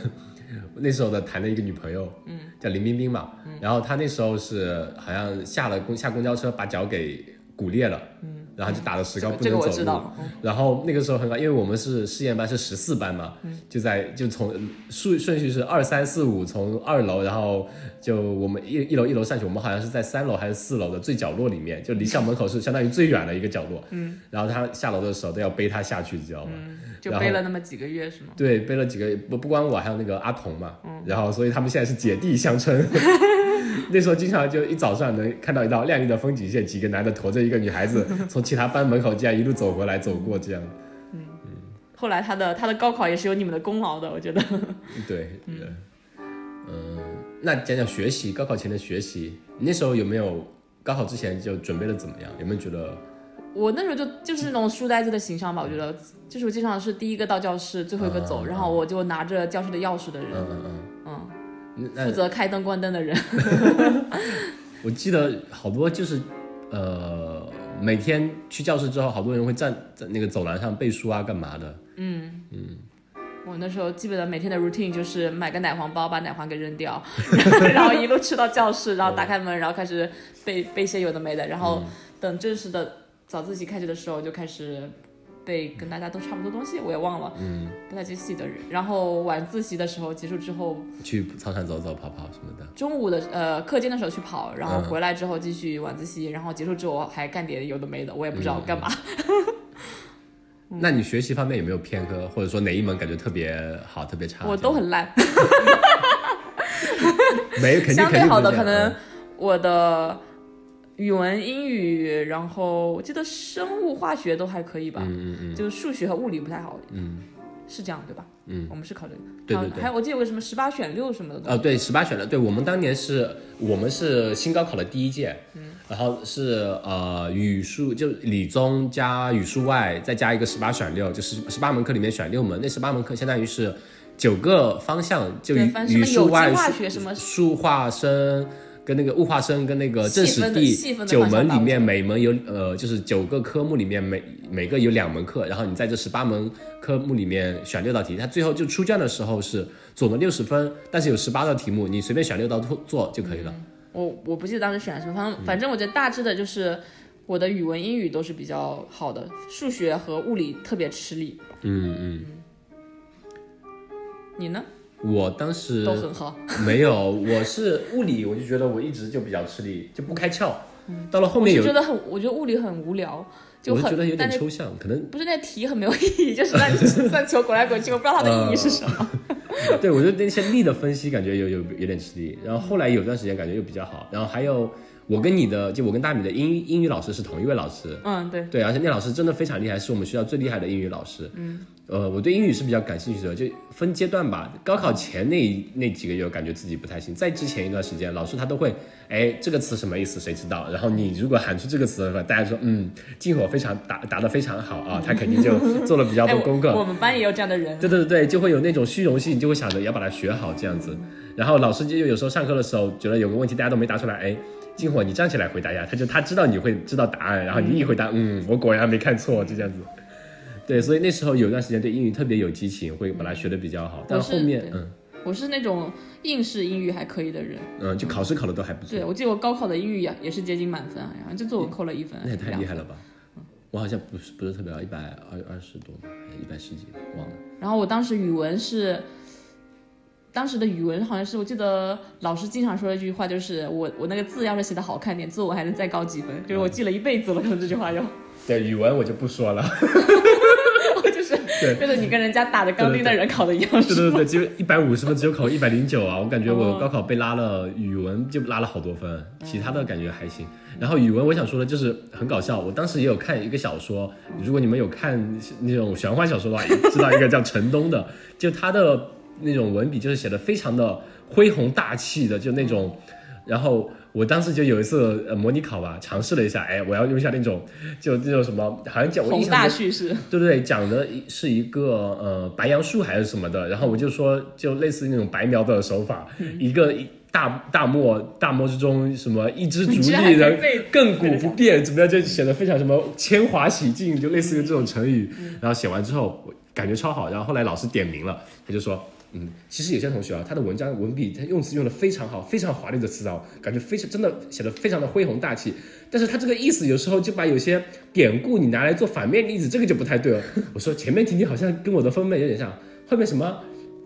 [SPEAKER 1] 那时候的谈的一个女朋友，嗯，叫林冰冰嘛，
[SPEAKER 2] 嗯
[SPEAKER 1] 然后她那时候是好像下了公下公交车，把脚给骨裂了，嗯，然后就打了石
[SPEAKER 2] 这
[SPEAKER 1] 膏
[SPEAKER 2] 个
[SPEAKER 1] 不
[SPEAKER 2] 这
[SPEAKER 1] 能
[SPEAKER 2] 个
[SPEAKER 1] 走
[SPEAKER 2] 我
[SPEAKER 1] 路，
[SPEAKER 2] 知道，嗯
[SPEAKER 1] 然后那个时候很搞，因为我们是试验班是十四班嘛，就在就从顺顺序是二三四五，从二楼，然后就我们一一楼一楼上去，我们好像是在三楼还是四楼的最角落里面，就离校门口是相当于最远的一个角落。嗯，然后他下楼的时候都要背他下去，你知道吗？
[SPEAKER 2] 就
[SPEAKER 1] 然后
[SPEAKER 2] 背了那么几个月是吗？
[SPEAKER 1] 对，背了几个不不光我，还有那个阿童嘛，然后所以他们现在是姐弟相称。 那时候经常就一早上能看到一道亮丽的风景线，几个男的驮着一个女孩子从其他班门口这样一路走回来走过这样。
[SPEAKER 2] 后来他的他的高考也是有你们的功劳的，我觉 得。
[SPEAKER 1] 对，嗯，嗯，那讲讲学习，高考前的学习，你那时候有没有高考之前就准备的怎么样？有没有觉得
[SPEAKER 2] 我那时候就就是那种书呆子的形象吧，我觉得就是我经常是第一个到教室，最后一个走，
[SPEAKER 1] 嗯
[SPEAKER 2] 然后我就拿着教室的钥匙的人，
[SPEAKER 1] 嗯
[SPEAKER 2] 嗯，
[SPEAKER 1] 嗯，那
[SPEAKER 2] 负责开灯关灯的人，
[SPEAKER 1] 我记得好多就是，呃，每天去教室之后，好多人会站在那个走廊上背书啊，干嘛的？
[SPEAKER 2] 我那时候基本上每天的 routine 就是买个奶黄包，把奶黄给扔掉，然后一路吃到教室，然后打开门，然后开始背背一些有的没的，然后等正式的早自习开始的时候就开始背跟大家都差不多东西，我也忘了，嗯，不太记细的人。然后晚自习的时候结束之后，
[SPEAKER 1] 去操场走走跑跑什么的。
[SPEAKER 2] 中午的呃课间的时候去跑，然后回来之后继续晚自习，然后结束之后还干点有的没的，我也不知道干嘛。嗯
[SPEAKER 1] 那你学习方面有没有偏科，或者说哪一门感觉特别好，特别差？
[SPEAKER 2] 我都很烂，
[SPEAKER 1] 这样没，肯定
[SPEAKER 2] 相对好的可
[SPEAKER 1] 肯定不是这样嗯
[SPEAKER 2] 能我的语文、英语，然后我记得生物、化学都还可以吧，
[SPEAKER 1] 嗯嗯
[SPEAKER 2] 就数学和物理不太好，
[SPEAKER 1] 嗯
[SPEAKER 2] 是这样对吧？
[SPEAKER 1] 嗯，
[SPEAKER 2] 我们是考这个，
[SPEAKER 1] 对
[SPEAKER 2] 还有
[SPEAKER 1] 对对
[SPEAKER 2] 还有我记得有个什么十八选六什么的东
[SPEAKER 1] 哦，对，十八选了。对我们当年是我们是新高考的第一届，
[SPEAKER 2] 嗯
[SPEAKER 1] 然后是呃语数就理综加语数外，再加一个十八选六，就是十八门课里面选六门，那十八门课相当于是九个方向，就
[SPEAKER 2] 对
[SPEAKER 1] 语
[SPEAKER 2] 反正什
[SPEAKER 1] 语
[SPEAKER 2] 么有
[SPEAKER 1] 数
[SPEAKER 2] 机
[SPEAKER 1] 外、
[SPEAKER 2] 化
[SPEAKER 1] 数
[SPEAKER 2] 学什么
[SPEAKER 1] 数化生。跟那个物化生跟那个
[SPEAKER 2] 细
[SPEAKER 1] 政史
[SPEAKER 2] 分的细
[SPEAKER 1] 地
[SPEAKER 2] 分的
[SPEAKER 1] 九
[SPEAKER 2] 方向
[SPEAKER 1] 门
[SPEAKER 2] 吧
[SPEAKER 1] 里
[SPEAKER 2] 我
[SPEAKER 1] 面
[SPEAKER 2] 觉得
[SPEAKER 1] 每门有呃就是九个科目里面每每个有两门课，然后你在这十八门科目里面选六道题，它最后就出卷的时候是总的六十分，但是有十八道题目，你随便选六道做做就可以了。
[SPEAKER 2] 我我不记得当时选了什么，反
[SPEAKER 1] 嗯
[SPEAKER 2] 正反正我觉得大致的就是我的语文、英语都是比较好的，数学和物理特别吃力。
[SPEAKER 1] 嗯嗯，
[SPEAKER 2] 你呢？
[SPEAKER 1] 我当时
[SPEAKER 2] 嗯都很好。
[SPEAKER 1] 没有，我是物理，我就觉得我一直就比较吃力，就不开窍。到了后
[SPEAKER 2] 嗯我
[SPEAKER 1] 面
[SPEAKER 2] 是
[SPEAKER 1] 有
[SPEAKER 2] 觉，得很，我觉得物理很无聊，就
[SPEAKER 1] 我就
[SPEAKER 2] 很
[SPEAKER 1] 觉得有
[SPEAKER 2] 但
[SPEAKER 1] 点
[SPEAKER 2] 是
[SPEAKER 1] 抽象，可能
[SPEAKER 2] 不是那题很没有意义， 就是让你算球滚来滚去，我不知道它的意义是什么。
[SPEAKER 1] 对，我觉得那些力的分析感觉有有有点吃力，然后后来有段时间感觉又比较好，然后还有我跟你的，就我跟大米的英英语老师是同一位老师，
[SPEAKER 2] 嗯，对，
[SPEAKER 1] 对，而且那老师真的非常厉害，是我们学校最厉害的英语老师。嗯，呃，我对英语是比较感兴趣的，就分阶段吧。高考前那那几个月，我感觉自己不太行，在之前一段时间，老师他都会，哎，这个词什么意思？谁知道？然后你如果喊出这个词的话，大家说，嗯，进火非常答答得非常好啊，他肯定就做了比较
[SPEAKER 2] 哎，
[SPEAKER 1] 多
[SPEAKER 2] 我
[SPEAKER 1] 功课。
[SPEAKER 2] 我们班也有这样的人，
[SPEAKER 1] 对对对对，就会有那种虚荣心，你就会想着也要把它学好这样子。然后老师就有时候上课的时候，觉得有个问题大家都没答出来，哎，金火你站起来回答呀，他就他知道你会知道答案，然后你一回答，嗯我果然没看错，就这样子。对，所以那时候有段时间对英语特别有激情，会把它学的比较好。但
[SPEAKER 2] 是
[SPEAKER 1] 后面，
[SPEAKER 2] 对
[SPEAKER 1] 嗯
[SPEAKER 2] 我是那种应试英语还可以的人。
[SPEAKER 1] 嗯，就考试考的都还不错
[SPEAKER 2] 对，，我记得我高考的英语也也是接近满分，啊然后就作文扣了一分。
[SPEAKER 1] 那也太
[SPEAKER 2] 两
[SPEAKER 1] 厉害了吧！我好像不是不是特别好，一百二二十多吧，一百十几，忘了。
[SPEAKER 2] 然后我当时语文是，当时的语文好像是我记得老师经常说的一句话，就是我我那个字要是写的好看点，作文还能再高几分，
[SPEAKER 1] 嗯
[SPEAKER 2] 就是我记了一辈子了，可能这句话要，
[SPEAKER 1] 对，语文我就不说了。
[SPEAKER 2] 就是就是你跟人家打的钢钉的人考的一样
[SPEAKER 1] 对
[SPEAKER 2] 是
[SPEAKER 1] 对
[SPEAKER 2] 吗？
[SPEAKER 1] 对，就一百五十分，只有考一百零九啊！我感觉我
[SPEAKER 2] 哦
[SPEAKER 1] 高考被拉了，语文就拉了好多分，其他的感觉还行。然后语文我想说的就是很搞笑，我当时也有看一个小说，如果你们有看那种玄幻小说的话，也知道一个叫陈东的， 就他的那种文笔就是写的非常的恢宏大气的，就那种，然后。我当时就有一次呃模拟考吧，尝试了一下，哎，我要用一下那种，就那种什么，好像叫我印
[SPEAKER 2] 宏
[SPEAKER 1] 象中
[SPEAKER 2] 大叙事，
[SPEAKER 1] 对对，对讲的一是一个呃白杨树还是什么的，然后我就说就类似那种白描的手法，一个一大大漠大漠之中什么一枝
[SPEAKER 2] 你
[SPEAKER 1] 竹
[SPEAKER 2] 居然
[SPEAKER 1] 立
[SPEAKER 2] 还可
[SPEAKER 1] 人
[SPEAKER 2] 以背
[SPEAKER 1] 亘古不变，怎么样就显得非常什么铅华洗尽，就类似于这种成语。然后写完之后我感觉超好，然后后来老师点名了，他就说。嗯，其实有些同学啊，他的文章文笔，他用词用的非常好，非常华丽的词藻，感觉非常真的写的非常的恢宏大气。但是他这个意思有时候就把有些典故你拿来做反面例子，这个就不太对了。 我说前面题你好像跟我的分类有点像，后面什么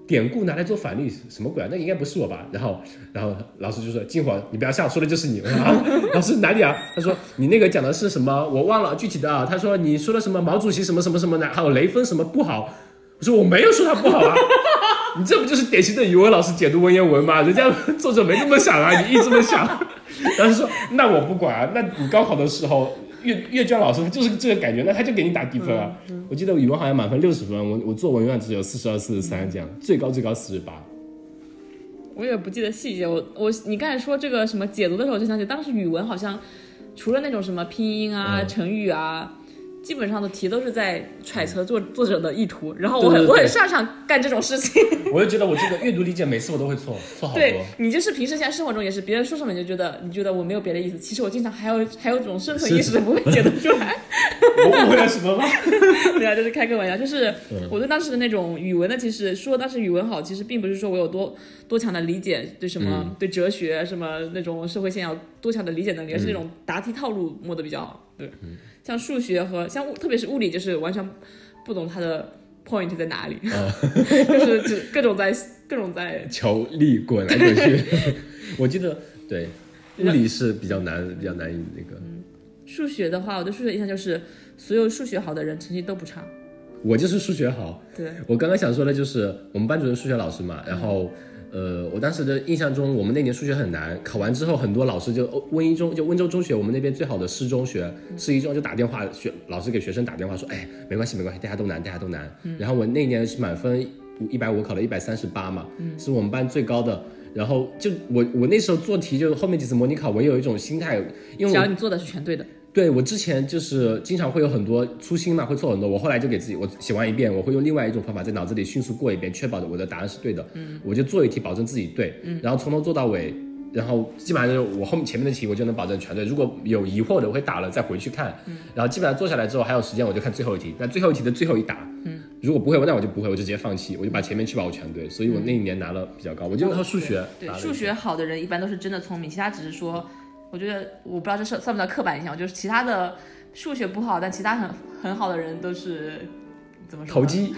[SPEAKER 1] 典故拿来做反例，什么鬼啊？那应该不是我吧？然后，然后老师就说：“金火，你不要笑，说的就是你。”我说：“啊，老师哪里啊？”他说：“你那个讲的是什么？我忘了具体的啊。”他说：“你说的什么毛主席什么什么什么的，还有雷锋什么不好？” 我说：“我没有说他不好啊。”你这不就是典型的语文老师解读文言文吗？人家作者没这么想啊，你一这么想。 然后说：“那我不管啊，那你高考的时候。”阅阅卷老师就是这个感觉，那他就给你打低分啊。我记得语文好像满分六十分，我我作文永远只有四十二、四十三这样，最高最高四十八。
[SPEAKER 2] 我也不记得细节。我我你刚才说这
[SPEAKER 1] 嗯
[SPEAKER 2] 个什么解读的时候，我就想起当时语文好像除了那种什么拼音啊、成语啊，基本上的题都是在揣测作作者的意图，然后
[SPEAKER 1] 对
[SPEAKER 2] 我很
[SPEAKER 1] 对
[SPEAKER 2] 我
[SPEAKER 1] 对
[SPEAKER 2] 很擅长干这种事情。
[SPEAKER 1] 我就觉得我这个阅读理解每次我都会错，错好
[SPEAKER 2] 对
[SPEAKER 1] 多。
[SPEAKER 2] 你就是平时现在生活中也是，别人说什么你就觉得你觉得我没有别的意思，其实我经常还有还有种生存意识的不会解读出来。
[SPEAKER 1] 我误会了什么吗？
[SPEAKER 2] 对啊，就是开个玩笑，就是我对当时的那种语文的，其实说当时语文好，其实并不是说我有多多强的理解对什么、
[SPEAKER 1] 嗯
[SPEAKER 2] 对哲学什么那种社会现象有多强的理解能力，而
[SPEAKER 1] 嗯
[SPEAKER 2] 是那种答题套路摸得比较好。对，像数学和像物，特别是物理，就是完全不懂它的 point 在哪里，
[SPEAKER 1] 哦
[SPEAKER 2] 就是只各种在各种在
[SPEAKER 1] 球力滚啊来滚去， 我记得对，物理是比较难，比较难以那个。
[SPEAKER 2] 数学的话，我对数学印象就是所有数学好的人成绩都不差。
[SPEAKER 1] 我就是数学好，
[SPEAKER 2] 对，
[SPEAKER 1] 我刚刚想说的就是我们班主任数学老师嘛，然后。呃，我当时的印象中，我们那年数学很难，考完之后很多老师就哦温一中就温州中学，我们那边最好的市中学，市一中就打电话学老师给学生打电话说，哎，没关系没关系，大家都难，大家都难。哎然后我那年是满分一百五，考了一百三十八嘛，是我们班最高的。然后就我我那时候做题，就后面几次模拟考，我有一种心态，因为
[SPEAKER 2] 只
[SPEAKER 1] 我
[SPEAKER 2] 要你做的是全对的，
[SPEAKER 1] 对我之前就是经常会有很多粗心嘛，会错很多。我后来就给自己，我写完一遍，我会用另外一种方法在脑子里迅速过一遍，确保我的答案是对的。嗯，我就做一题，保证自己对，嗯，然后从头做到尾，然后基本上就是我后面前面的题我就能保证全对。如果有疑惑的，我会打了再回去看。嗯，然后基本上做下来之后还有时间，我就看最后一题。那最后一题的最后一答，嗯，如果不会，那我就不会，我就直接放弃，我就把前面确保我全对。所以我那一年拿了比较高，我就靠数学啊
[SPEAKER 2] 对
[SPEAKER 1] 拿了
[SPEAKER 2] 数学好的人一般都是真的聪明，其他只是说，我觉得我不知道这算算不算刻板印象，就是其他的数学不好，但其他很很好的人都是怎么说呢？
[SPEAKER 1] 投机，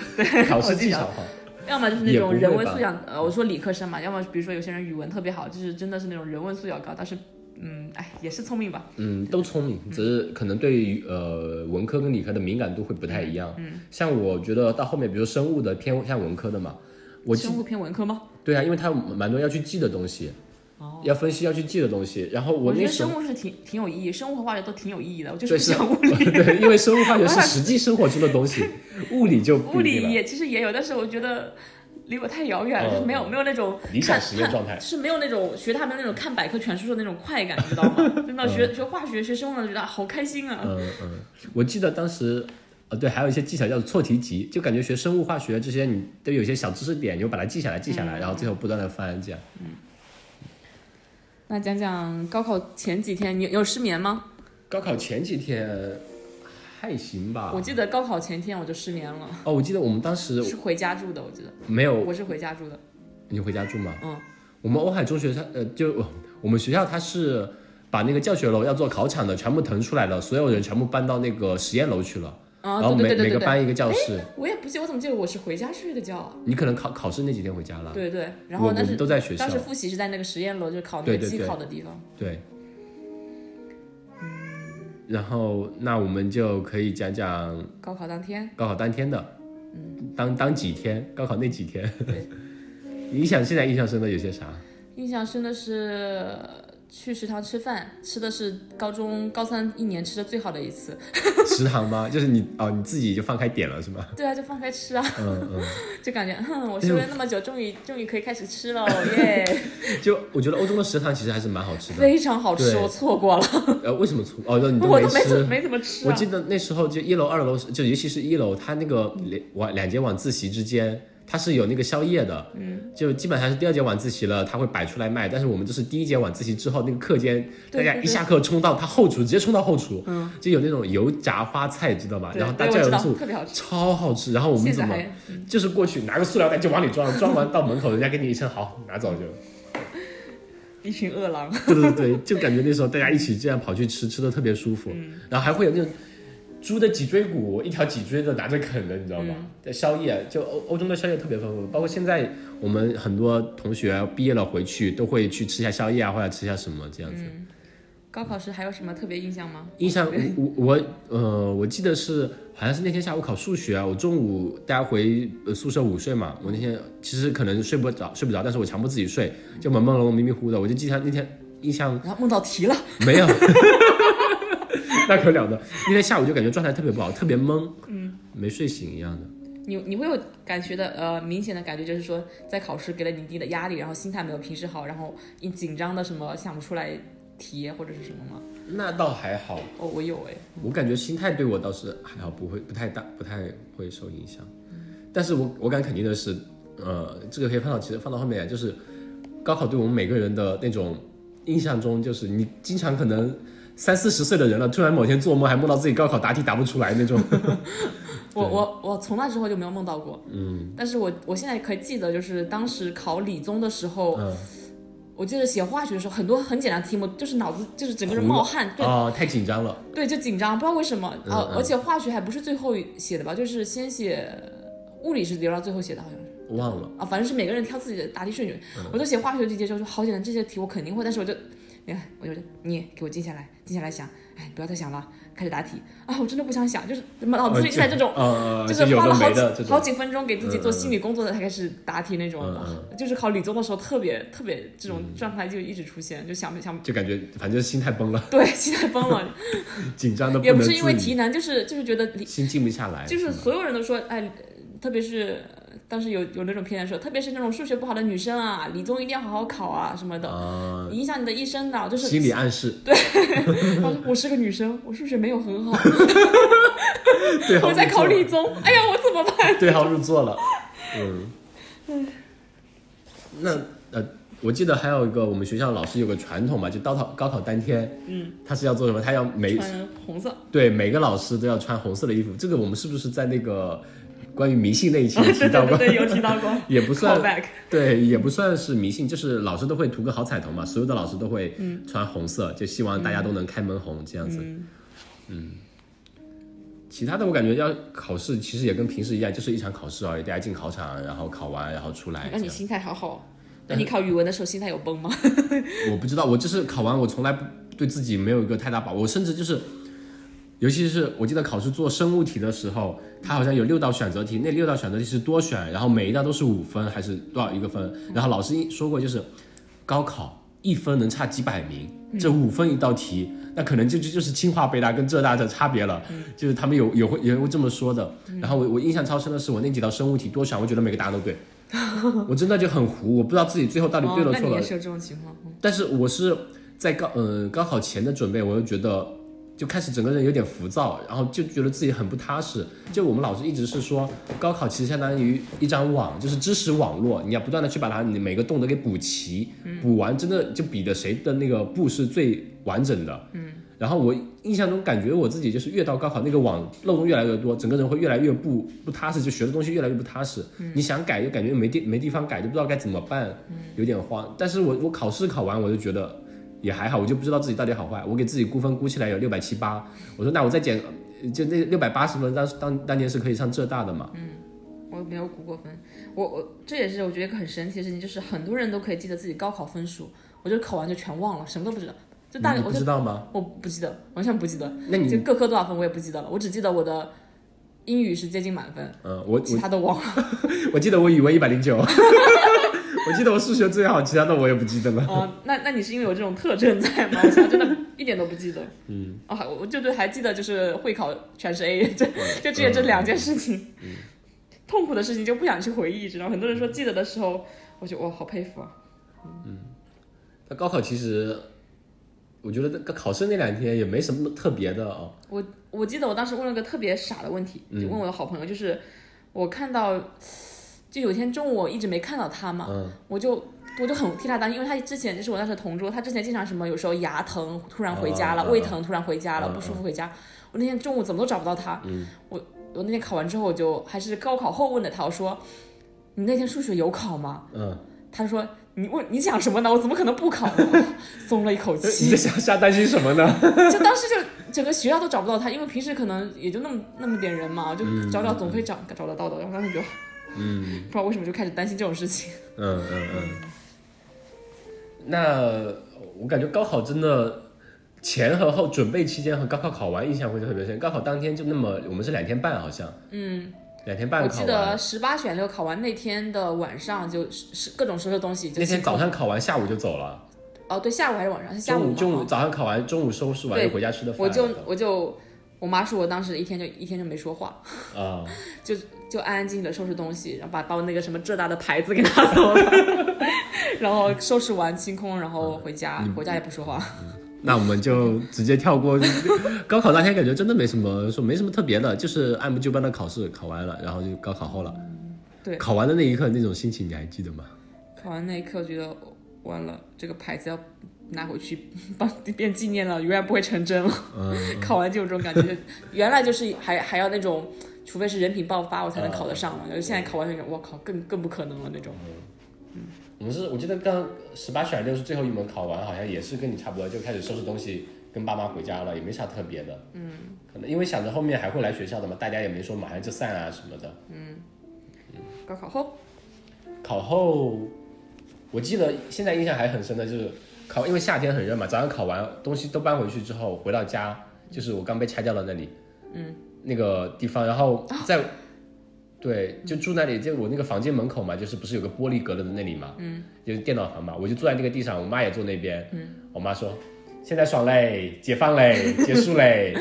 [SPEAKER 1] 考啊试技巧好。
[SPEAKER 2] 要么就是那
[SPEAKER 1] 也
[SPEAKER 2] 种
[SPEAKER 1] 不
[SPEAKER 2] 人
[SPEAKER 1] 会
[SPEAKER 2] 文
[SPEAKER 1] 吧
[SPEAKER 2] 素养，呃，我说理科生嘛，要么比如说有些人语文特别好，就是真的是那种人文素养高，但是嗯，哎，也是聪明吧。
[SPEAKER 1] 嗯，都聪明，只是可能对于呃文科跟理科的敏感度会不太一样。嗯，像我觉得到后面，比如说生物的偏向文科的嘛，我记
[SPEAKER 2] 生物偏文科吗？
[SPEAKER 1] 对啊，因为它蛮多要去记的东西，
[SPEAKER 2] 哦，
[SPEAKER 1] 要分析要去记的东西。然后
[SPEAKER 2] 我觉
[SPEAKER 1] 那
[SPEAKER 2] 得
[SPEAKER 1] 时候
[SPEAKER 2] 生物是挺挺有意义，生物和化学都挺有意义的，我就是
[SPEAKER 1] 对
[SPEAKER 2] 不
[SPEAKER 1] 是
[SPEAKER 2] 想物理。
[SPEAKER 1] 对，因为生物化学是实际生活中的东西，物理就不
[SPEAKER 2] 物
[SPEAKER 1] 一定
[SPEAKER 2] 理
[SPEAKER 1] 了
[SPEAKER 2] 也其实也有，但是我觉得离我太遥远了，
[SPEAKER 1] 嗯
[SPEAKER 2] 就是没有没有那种
[SPEAKER 1] 理想实验状态
[SPEAKER 2] 就是没有那种学它没有那种看百科全书的那种快感，你知道 吗？真的学学化学学生物觉得啊好开心啊！
[SPEAKER 1] 嗯嗯，我记得当时，呃，对，还有一些技巧叫做错题集，就感觉学生物化学这些，你都有一些小知识点，你就把它记下来，记
[SPEAKER 2] 嗯
[SPEAKER 1] 下来，然后最后不断的翻这样。
[SPEAKER 2] 那讲讲高考前几天，你你有失眠吗？
[SPEAKER 1] 高考前几天还行吧，
[SPEAKER 2] 我记得高考前天我就失眠了，
[SPEAKER 1] 哦，我记得我们当时
[SPEAKER 2] 是回家住的，我记得
[SPEAKER 1] 没有，
[SPEAKER 2] 我是回家住的，
[SPEAKER 1] 你回家住吗？
[SPEAKER 2] 嗯，
[SPEAKER 1] 我们瓯海中学它呃，就我们学校它是把那个教学楼要做考场的全部腾出来了，所有人全部搬到那个实验楼去了，
[SPEAKER 2] 啊
[SPEAKER 1] 然后
[SPEAKER 2] 对
[SPEAKER 1] 每
[SPEAKER 2] 对对
[SPEAKER 1] 每
[SPEAKER 2] 对
[SPEAKER 1] 个
[SPEAKER 2] 对对，
[SPEAKER 1] 班一个教室。
[SPEAKER 2] 我也不记得我怎么记得我是回家睡的觉，
[SPEAKER 1] 你可能考考试那几天回家了，
[SPEAKER 2] 对对，
[SPEAKER 1] 我
[SPEAKER 2] 然后
[SPEAKER 1] 我
[SPEAKER 2] 但
[SPEAKER 1] 们
[SPEAKER 2] 是
[SPEAKER 1] 都在学校
[SPEAKER 2] 当，时复习是在那个实验楼，就是考那
[SPEAKER 1] 对
[SPEAKER 2] 个
[SPEAKER 1] 对
[SPEAKER 2] 机
[SPEAKER 1] 对
[SPEAKER 2] 考的地方，
[SPEAKER 1] 对。然后，那我们就可以讲讲
[SPEAKER 2] 高考当天。
[SPEAKER 1] 高考当天的，嗯，当当几天，高考那几天。
[SPEAKER 2] 对，
[SPEAKER 1] 你想现在印象深的有些啥？
[SPEAKER 2] 印象深的是去食堂吃饭，吃的是高中高三一年吃的最好的一次。
[SPEAKER 1] 食堂吗？就是你哦，你自己就放开点了是吗？
[SPEAKER 2] 对啊，就放开吃啊，
[SPEAKER 1] 嗯嗯。 哎
[SPEAKER 2] 就感觉哼，我修了那么久，终于终于可以开始吃了耶，
[SPEAKER 1] 就我觉得欧洲的食堂其实还是蛮好吃的。
[SPEAKER 2] 非常好吃，
[SPEAKER 1] 对
[SPEAKER 2] 我错过了，
[SPEAKER 1] 呃，为什么醋？哦，你都
[SPEAKER 2] 我
[SPEAKER 1] 没
[SPEAKER 2] 都没怎
[SPEAKER 1] 吃。
[SPEAKER 2] 没怎么吃
[SPEAKER 1] 我
[SPEAKER 2] 啊。
[SPEAKER 1] 记得那时候就一楼、二楼，就尤其是一楼，它那个两晚两节晚自习之间，它是有那个宵夜的。嗯。就基本上是第二节晚自习了，它会摆出来卖。但是我们就是第一节晚自习之后，那个课间大
[SPEAKER 2] 对
[SPEAKER 1] 家
[SPEAKER 2] 对
[SPEAKER 1] 一
[SPEAKER 2] 对
[SPEAKER 1] 下课冲到它后厨，直接冲到后厨。嗯。就有那种油炸花菜，知道吗？
[SPEAKER 2] 对
[SPEAKER 1] 然后大
[SPEAKER 2] 对，
[SPEAKER 1] 家
[SPEAKER 2] 我
[SPEAKER 1] 有
[SPEAKER 2] 知
[SPEAKER 1] 的
[SPEAKER 2] 道，
[SPEAKER 1] 醋
[SPEAKER 2] 特别好吃。
[SPEAKER 1] 超好吃。然后我们
[SPEAKER 2] 现
[SPEAKER 1] 怎
[SPEAKER 2] 在
[SPEAKER 1] 么
[SPEAKER 2] 还嗯
[SPEAKER 1] 就是过去拿个塑料袋就往里装，装完到门口人家给你一称好，拿走就。
[SPEAKER 2] 一群饿狼，
[SPEAKER 1] 对对对，就感觉那时候大家一起这样跑去吃，吃的特别舒服，然后还会有那种猪的脊椎骨，一条脊椎的拿着啃的，你知道吗？在宵夜，就欧欧洲的宵夜特别丰富，包括现在我们很多同学毕业了回去都会去吃一下宵夜啊，或者吃一下什么这样子。
[SPEAKER 2] 高考时还有什么特别印象吗？
[SPEAKER 1] 印象我我我呃，我记得是好像是那天下午考数学啊，我中午大家回呃宿舍午睡嘛，我那天其实可能睡不着，睡不着，但是我强迫自己睡，就朦朦胧胧、迷迷糊糊的，我就记得那天印象
[SPEAKER 2] 然后梦到题了，
[SPEAKER 1] 没有，那可了的。那天下午就感觉状态特别不好，特别懵，嗯，没睡醒一样的。
[SPEAKER 2] 你你会有感觉的，呃，明显的感觉就是说，在考试给了你一定的压力，然后心态没有平时好，然后你紧张的什么想不出来题或者是什么吗？
[SPEAKER 1] 那倒还好，
[SPEAKER 2] 哦，我有哎，
[SPEAKER 1] 我感觉心态对我倒是还好，不会不太大，不太会受影响。
[SPEAKER 2] 嗯
[SPEAKER 1] 但是我我敢肯定的是，呃，这个可以放到其实放到后面来，就是高考对我们每个人的那种印象中，就是你经常可能三四十岁的人了，突然某天做梦还梦到自己高考答题答不出来那种。
[SPEAKER 2] 我我我从那之后就没有梦到过，嗯，但是我我现在可以记得，就是当时考理综的时候，
[SPEAKER 1] 嗯
[SPEAKER 2] 我记得写化学的时候，很多很简单的题目，就是脑子就是整个人
[SPEAKER 1] 糊了
[SPEAKER 2] 冒汗，对、
[SPEAKER 1] 哦，太紧张了。
[SPEAKER 2] 对，就紧张，不知道为什么，
[SPEAKER 1] 嗯
[SPEAKER 2] 啊，
[SPEAKER 1] 嗯
[SPEAKER 2] 而且化学还不是最后写的吧，就是先写物理是留到最后写的，好像是。
[SPEAKER 1] 忘了，
[SPEAKER 2] 啊，反正是每个人挑自己的答题顺序。
[SPEAKER 1] 嗯
[SPEAKER 2] 我就写化学题结束，就好简单，这些题我肯定会，但是我就，你看，我就你给我静下来，静下来想，哎，不要再想了，开始答题啊！我真的不想想，就是脑子里就在这种，
[SPEAKER 1] 呃，
[SPEAKER 2] 就是
[SPEAKER 1] 有
[SPEAKER 2] 花了
[SPEAKER 1] 的
[SPEAKER 2] 好
[SPEAKER 1] 没
[SPEAKER 2] 几
[SPEAKER 1] 的这种
[SPEAKER 2] 好。几分钟给自己做心理工作的才开始答题那种。
[SPEAKER 1] 嗯
[SPEAKER 2] 哇
[SPEAKER 1] 嗯
[SPEAKER 2] 就是考理综的时候，特别特别这种状态就一直出现，就想想。
[SPEAKER 1] 就感觉反正心态崩了，
[SPEAKER 2] 对，心态崩了，
[SPEAKER 1] 紧张的不
[SPEAKER 2] 也
[SPEAKER 1] 能
[SPEAKER 2] 不
[SPEAKER 1] 自
[SPEAKER 2] 是
[SPEAKER 1] 已，
[SPEAKER 2] 因为题难，就是就是觉得理
[SPEAKER 1] 心静不下来，
[SPEAKER 2] 就是所有人都说，哎，特别是呃当时有有那种偏见说，特别是那种数学不好的女生啊，理综一定要好好考啊什么的，
[SPEAKER 1] 啊，
[SPEAKER 2] 影响你的一生的。就 是
[SPEAKER 1] 心理暗示，
[SPEAKER 2] 她说我是个女生，我数学没有很好，
[SPEAKER 1] 对号
[SPEAKER 2] 我
[SPEAKER 1] 入
[SPEAKER 2] 在考
[SPEAKER 1] 座了
[SPEAKER 2] 理综，哎呀，我怎么办？
[SPEAKER 1] 对号入座了。嗯，那呃，我记得还有一个我们学校老师有个传统嘛，就高考高考当天，嗯，他是要做什么？他要每
[SPEAKER 2] 穿红色，
[SPEAKER 1] 对每个老师都要穿红色的衣服。这个我们是不是在那个关于迷信那一期有
[SPEAKER 2] 对
[SPEAKER 1] 提
[SPEAKER 2] 对
[SPEAKER 1] 到
[SPEAKER 2] 对
[SPEAKER 1] 过？
[SPEAKER 2] 对，有提到过。
[SPEAKER 1] 也不算
[SPEAKER 2] Callback
[SPEAKER 1] 对，也不算是迷信，就是老师都会图个好彩头嘛，所有的老师都会穿红色，就希望大家都能开门红这样子。嗯其他的我感觉要考试，其实也跟平时一样，就是一场考试而已，大家进考场，然后考完，然后出来。
[SPEAKER 2] 那
[SPEAKER 1] 哎这哎
[SPEAKER 2] 你
[SPEAKER 1] 样
[SPEAKER 2] 心态好好。那你考语文的时候心态有崩吗？
[SPEAKER 1] 我不知道，我就是考完，我从来不对自己没有一个太大把握，我甚至就是，尤其是我记得考试做生物题的时候，它好像有六道选择题，那六道选择题是多选，然后每一道都是五分还是多少一个分，然后老师一说过就是，高考一分能差几百名，
[SPEAKER 2] 嗯
[SPEAKER 1] 这五分一道题，那可能就就就是清华北大跟浙大的差别了，
[SPEAKER 2] 嗯
[SPEAKER 1] 就是他们有有会也会这么说的。然后我我印象超深的是我那几道生物题多选，我觉得每个答案都对。我真的就很糊，我不知道自己最后到底对
[SPEAKER 2] 哦
[SPEAKER 1] 了
[SPEAKER 2] 那
[SPEAKER 1] 错
[SPEAKER 2] 你
[SPEAKER 1] 了
[SPEAKER 2] 也。是有这种情况，嗯
[SPEAKER 1] 但是我是在高呃高考前的准备，我又觉得就开始整个人有点浮躁，然后就觉得自己很不踏实。就我们老师一直是说，高考其实相当于一张网，就是知识网络，你要不断的去把它你每个洞都给补齐，补完真的就比的谁的那个布是最完整的。嗯。然后我印象中感觉我自己就是越到高考那个网漏洞越来越多，整个人会越来越不不踏实，就学的东西越来越不踏实。你想改又感觉没地没地方改，就不知道该怎么办。有点慌。但是我我考试考完，我就觉得也还好，我就不知道自己到底好坏。我给自己估分估起来有六百七八，我说那我再减，呃就那六百八十分当当当年是可以上浙大的嘛？
[SPEAKER 2] 我没有估过分。我我这也是我觉得一个很神奇的事情，就是很多人都可以记得自己高考分数，我就考完就全忘了，什么都不知道，就大概
[SPEAKER 1] 你
[SPEAKER 2] 我
[SPEAKER 1] 不
[SPEAKER 2] 就
[SPEAKER 1] 知道吗？
[SPEAKER 2] 我不记得，完全不记得，
[SPEAKER 1] 那
[SPEAKER 2] 就
[SPEAKER 1] 你
[SPEAKER 2] 各科多少分我也不记得了，我只记得我的英语是接近满分，
[SPEAKER 1] 嗯，我
[SPEAKER 2] 其
[SPEAKER 1] 我
[SPEAKER 2] 他都忘了。
[SPEAKER 1] 我记得我语文一百零九， 我记得我数学最好，其他的我也不记得了。
[SPEAKER 2] 哦，那那你是因为有这种特征在吗？我现在真的一点都 不记得。嗯，啊，我我就对还记得就是会考全是 A，这
[SPEAKER 1] 嗯
[SPEAKER 2] 就只有这两件事情。痛苦的事情就不想去回忆，知道吗？很多人说记得的时候，我就哇，好佩服啊！
[SPEAKER 1] 那高考其实。我觉得那考试那两天也没什么特别的哦，
[SPEAKER 2] 我我记得我当时问了个特别傻的问题，
[SPEAKER 1] 嗯
[SPEAKER 2] 就问我的好朋友，就是我看到，就有一天中午我一直没看到他嘛，
[SPEAKER 1] 嗯
[SPEAKER 2] 我就我就很替他担心，因为他之前就是我那时候同桌，他之前经常什么有时候牙疼突然回家了，
[SPEAKER 1] 啊啊啊
[SPEAKER 2] 胃疼突然回家了，
[SPEAKER 1] 啊啊嗯
[SPEAKER 2] 不舒服回家。我那天中午怎么都找不到他，我我那天考完之后，我就还是高考后问的他，我说你那天数学有考吗？
[SPEAKER 1] 嗯，
[SPEAKER 2] 他说你问你想什么呢？我怎么可能不考呢？ 松了一口气
[SPEAKER 1] 你。在瞎瞎担心什么呢？
[SPEAKER 2] 就当时就整个学校都找不到他，因为平时可能也就那么那么点人嘛，就
[SPEAKER 1] 嗯
[SPEAKER 2] 找找总会找找得到的。然后当时就，嗯，不知道为什么就开始担心这种事情。
[SPEAKER 1] 嗯嗯嗯。那我感觉高考真的前和后准备期间和高考考完印象会特别深。高考当天就那么，我们是两天半好像，
[SPEAKER 2] 嗯，
[SPEAKER 1] 两天
[SPEAKER 2] 我
[SPEAKER 1] 半考
[SPEAKER 2] 记
[SPEAKER 1] 完。
[SPEAKER 2] 得十八选六考完那天的晚上就是是各种收拾东西，就
[SPEAKER 1] 那天
[SPEAKER 2] 清空
[SPEAKER 1] 早上考完，下午就走了。
[SPEAKER 2] 哦对，下午还是晚上？是下
[SPEAKER 1] 中
[SPEAKER 2] 午
[SPEAKER 1] 午
[SPEAKER 2] 嘛
[SPEAKER 1] 中午
[SPEAKER 2] 哦
[SPEAKER 1] 早上考完，中午收拾完
[SPEAKER 2] 对
[SPEAKER 1] 就回家吃的饭。
[SPEAKER 2] 我就我就我妈说我当时一天就一天就没说话，
[SPEAKER 1] 啊，
[SPEAKER 2] 就就安安静静的收拾东西，然后把把我那个什么浙大的牌子给拿
[SPEAKER 1] 嗯
[SPEAKER 2] 走了，然后收拾完清空，然后回家，回家也不说话。
[SPEAKER 1] 那我们就直接跳过高考那天，感觉真的没什么说没什么特别的，就是按部就班的考试考完了，然后就高考后了。
[SPEAKER 2] 对
[SPEAKER 1] 考完的那一刻那种心情你还记得吗？
[SPEAKER 2] 考完那一刻，我觉得完了，这个牌子要拿回去 帮变纪念了，永远不会成真了。
[SPEAKER 1] 嗯
[SPEAKER 2] 考完就有这种感觉，就原来就是还还要那种，除非是人品爆发我才能考得上
[SPEAKER 1] 嗯
[SPEAKER 2] 嘛，然后现在考完就觉得我靠，更更不可能了那种。
[SPEAKER 1] 我们是我记得刚十八选六是最后一门考完，好像也是跟你差不多，就开始收拾东西跟爸妈回家了，也没啥特别的。嗯，可能因为想着后面还会来学校的嘛，大家也没说马上就散啊什么的。
[SPEAKER 2] 高考后，
[SPEAKER 1] 考后，我记得现在印象还很深的就是考，因为夏天很热嘛，早上考完东西都搬回去之后，回到家就是我刚被拆掉的那里，嗯，哦那个地方，然后在，对，就住那里，就我那个房间门口嘛，就是不是有个玻璃隔了的那里嘛，嗯，就是电脑房嘛，我就坐在那个地上，我妈也坐那边，嗯，我妈说现在爽嘞，解放嘞，结束嘞，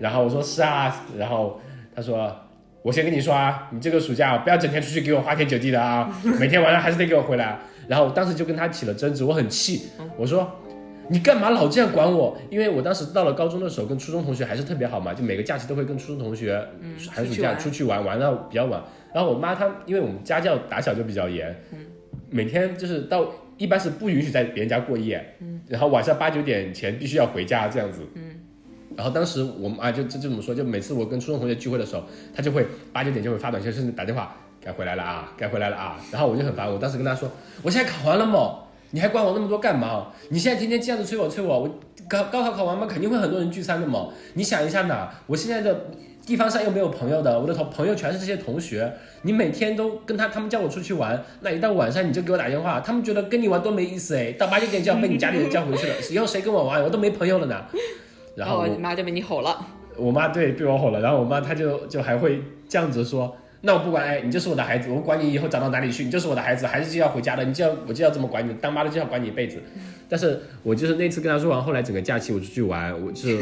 [SPEAKER 1] 然后我说是啊，然后她说我先跟你说啊，你这个暑假不要整天出去给我花天酒地的 啊，每天晚上还是得给我回来。然后我当时就跟他起了争执，我很气，我说你干嘛老这样管我？因为我当时到了高中的时候，跟初中同学还是特别好嘛，就每个假期都会跟初中同学
[SPEAKER 2] 嗯，
[SPEAKER 1] 寒
[SPEAKER 2] 出
[SPEAKER 1] 暑
[SPEAKER 2] 去
[SPEAKER 1] 假
[SPEAKER 2] 玩
[SPEAKER 1] 出去玩，玩到比较晚。然后我妈她，因为我们家教打小就比较严，每天就是到一般是不允许在别人家过夜，然后晚上八九点前必须要回家这样子，然后当时我妈就就这么说，就每次我跟初中同学聚会的时候，她就会八九点就会发短信，甚至打电话，该回来了啊，该回来了啊。然后我就很烦，我当时跟她说，我现在考完了嘛，你还管我那么多干嘛？你现在天天这样子催我催我，我高高考考完嘛，肯定会很多人聚餐的嘛。你想一下呐，我现在的地方上又没有朋友的，我的同朋友全是这些同学，你每天都跟他他们叫我出去玩，那一到晚上你就给我打电话，他们觉得跟你玩多没意思哎，到八九点就要被你家里人叫回去了，以后谁跟我玩，我都没朋友了呢。然后我
[SPEAKER 2] 哦你妈就被你吼了，
[SPEAKER 1] 我妈对对我吼了，然后我妈她就就还会这样子说，那我不管，哎，你就是我的孩子，我管你以后长到哪里去，你就是我的孩子，还是就要回家的，你就要我就要这么管你，当妈的就要管你一辈子。
[SPEAKER 2] 嗯
[SPEAKER 1] 但是我就是那次跟她说完，后来整个假期我出去玩，我就是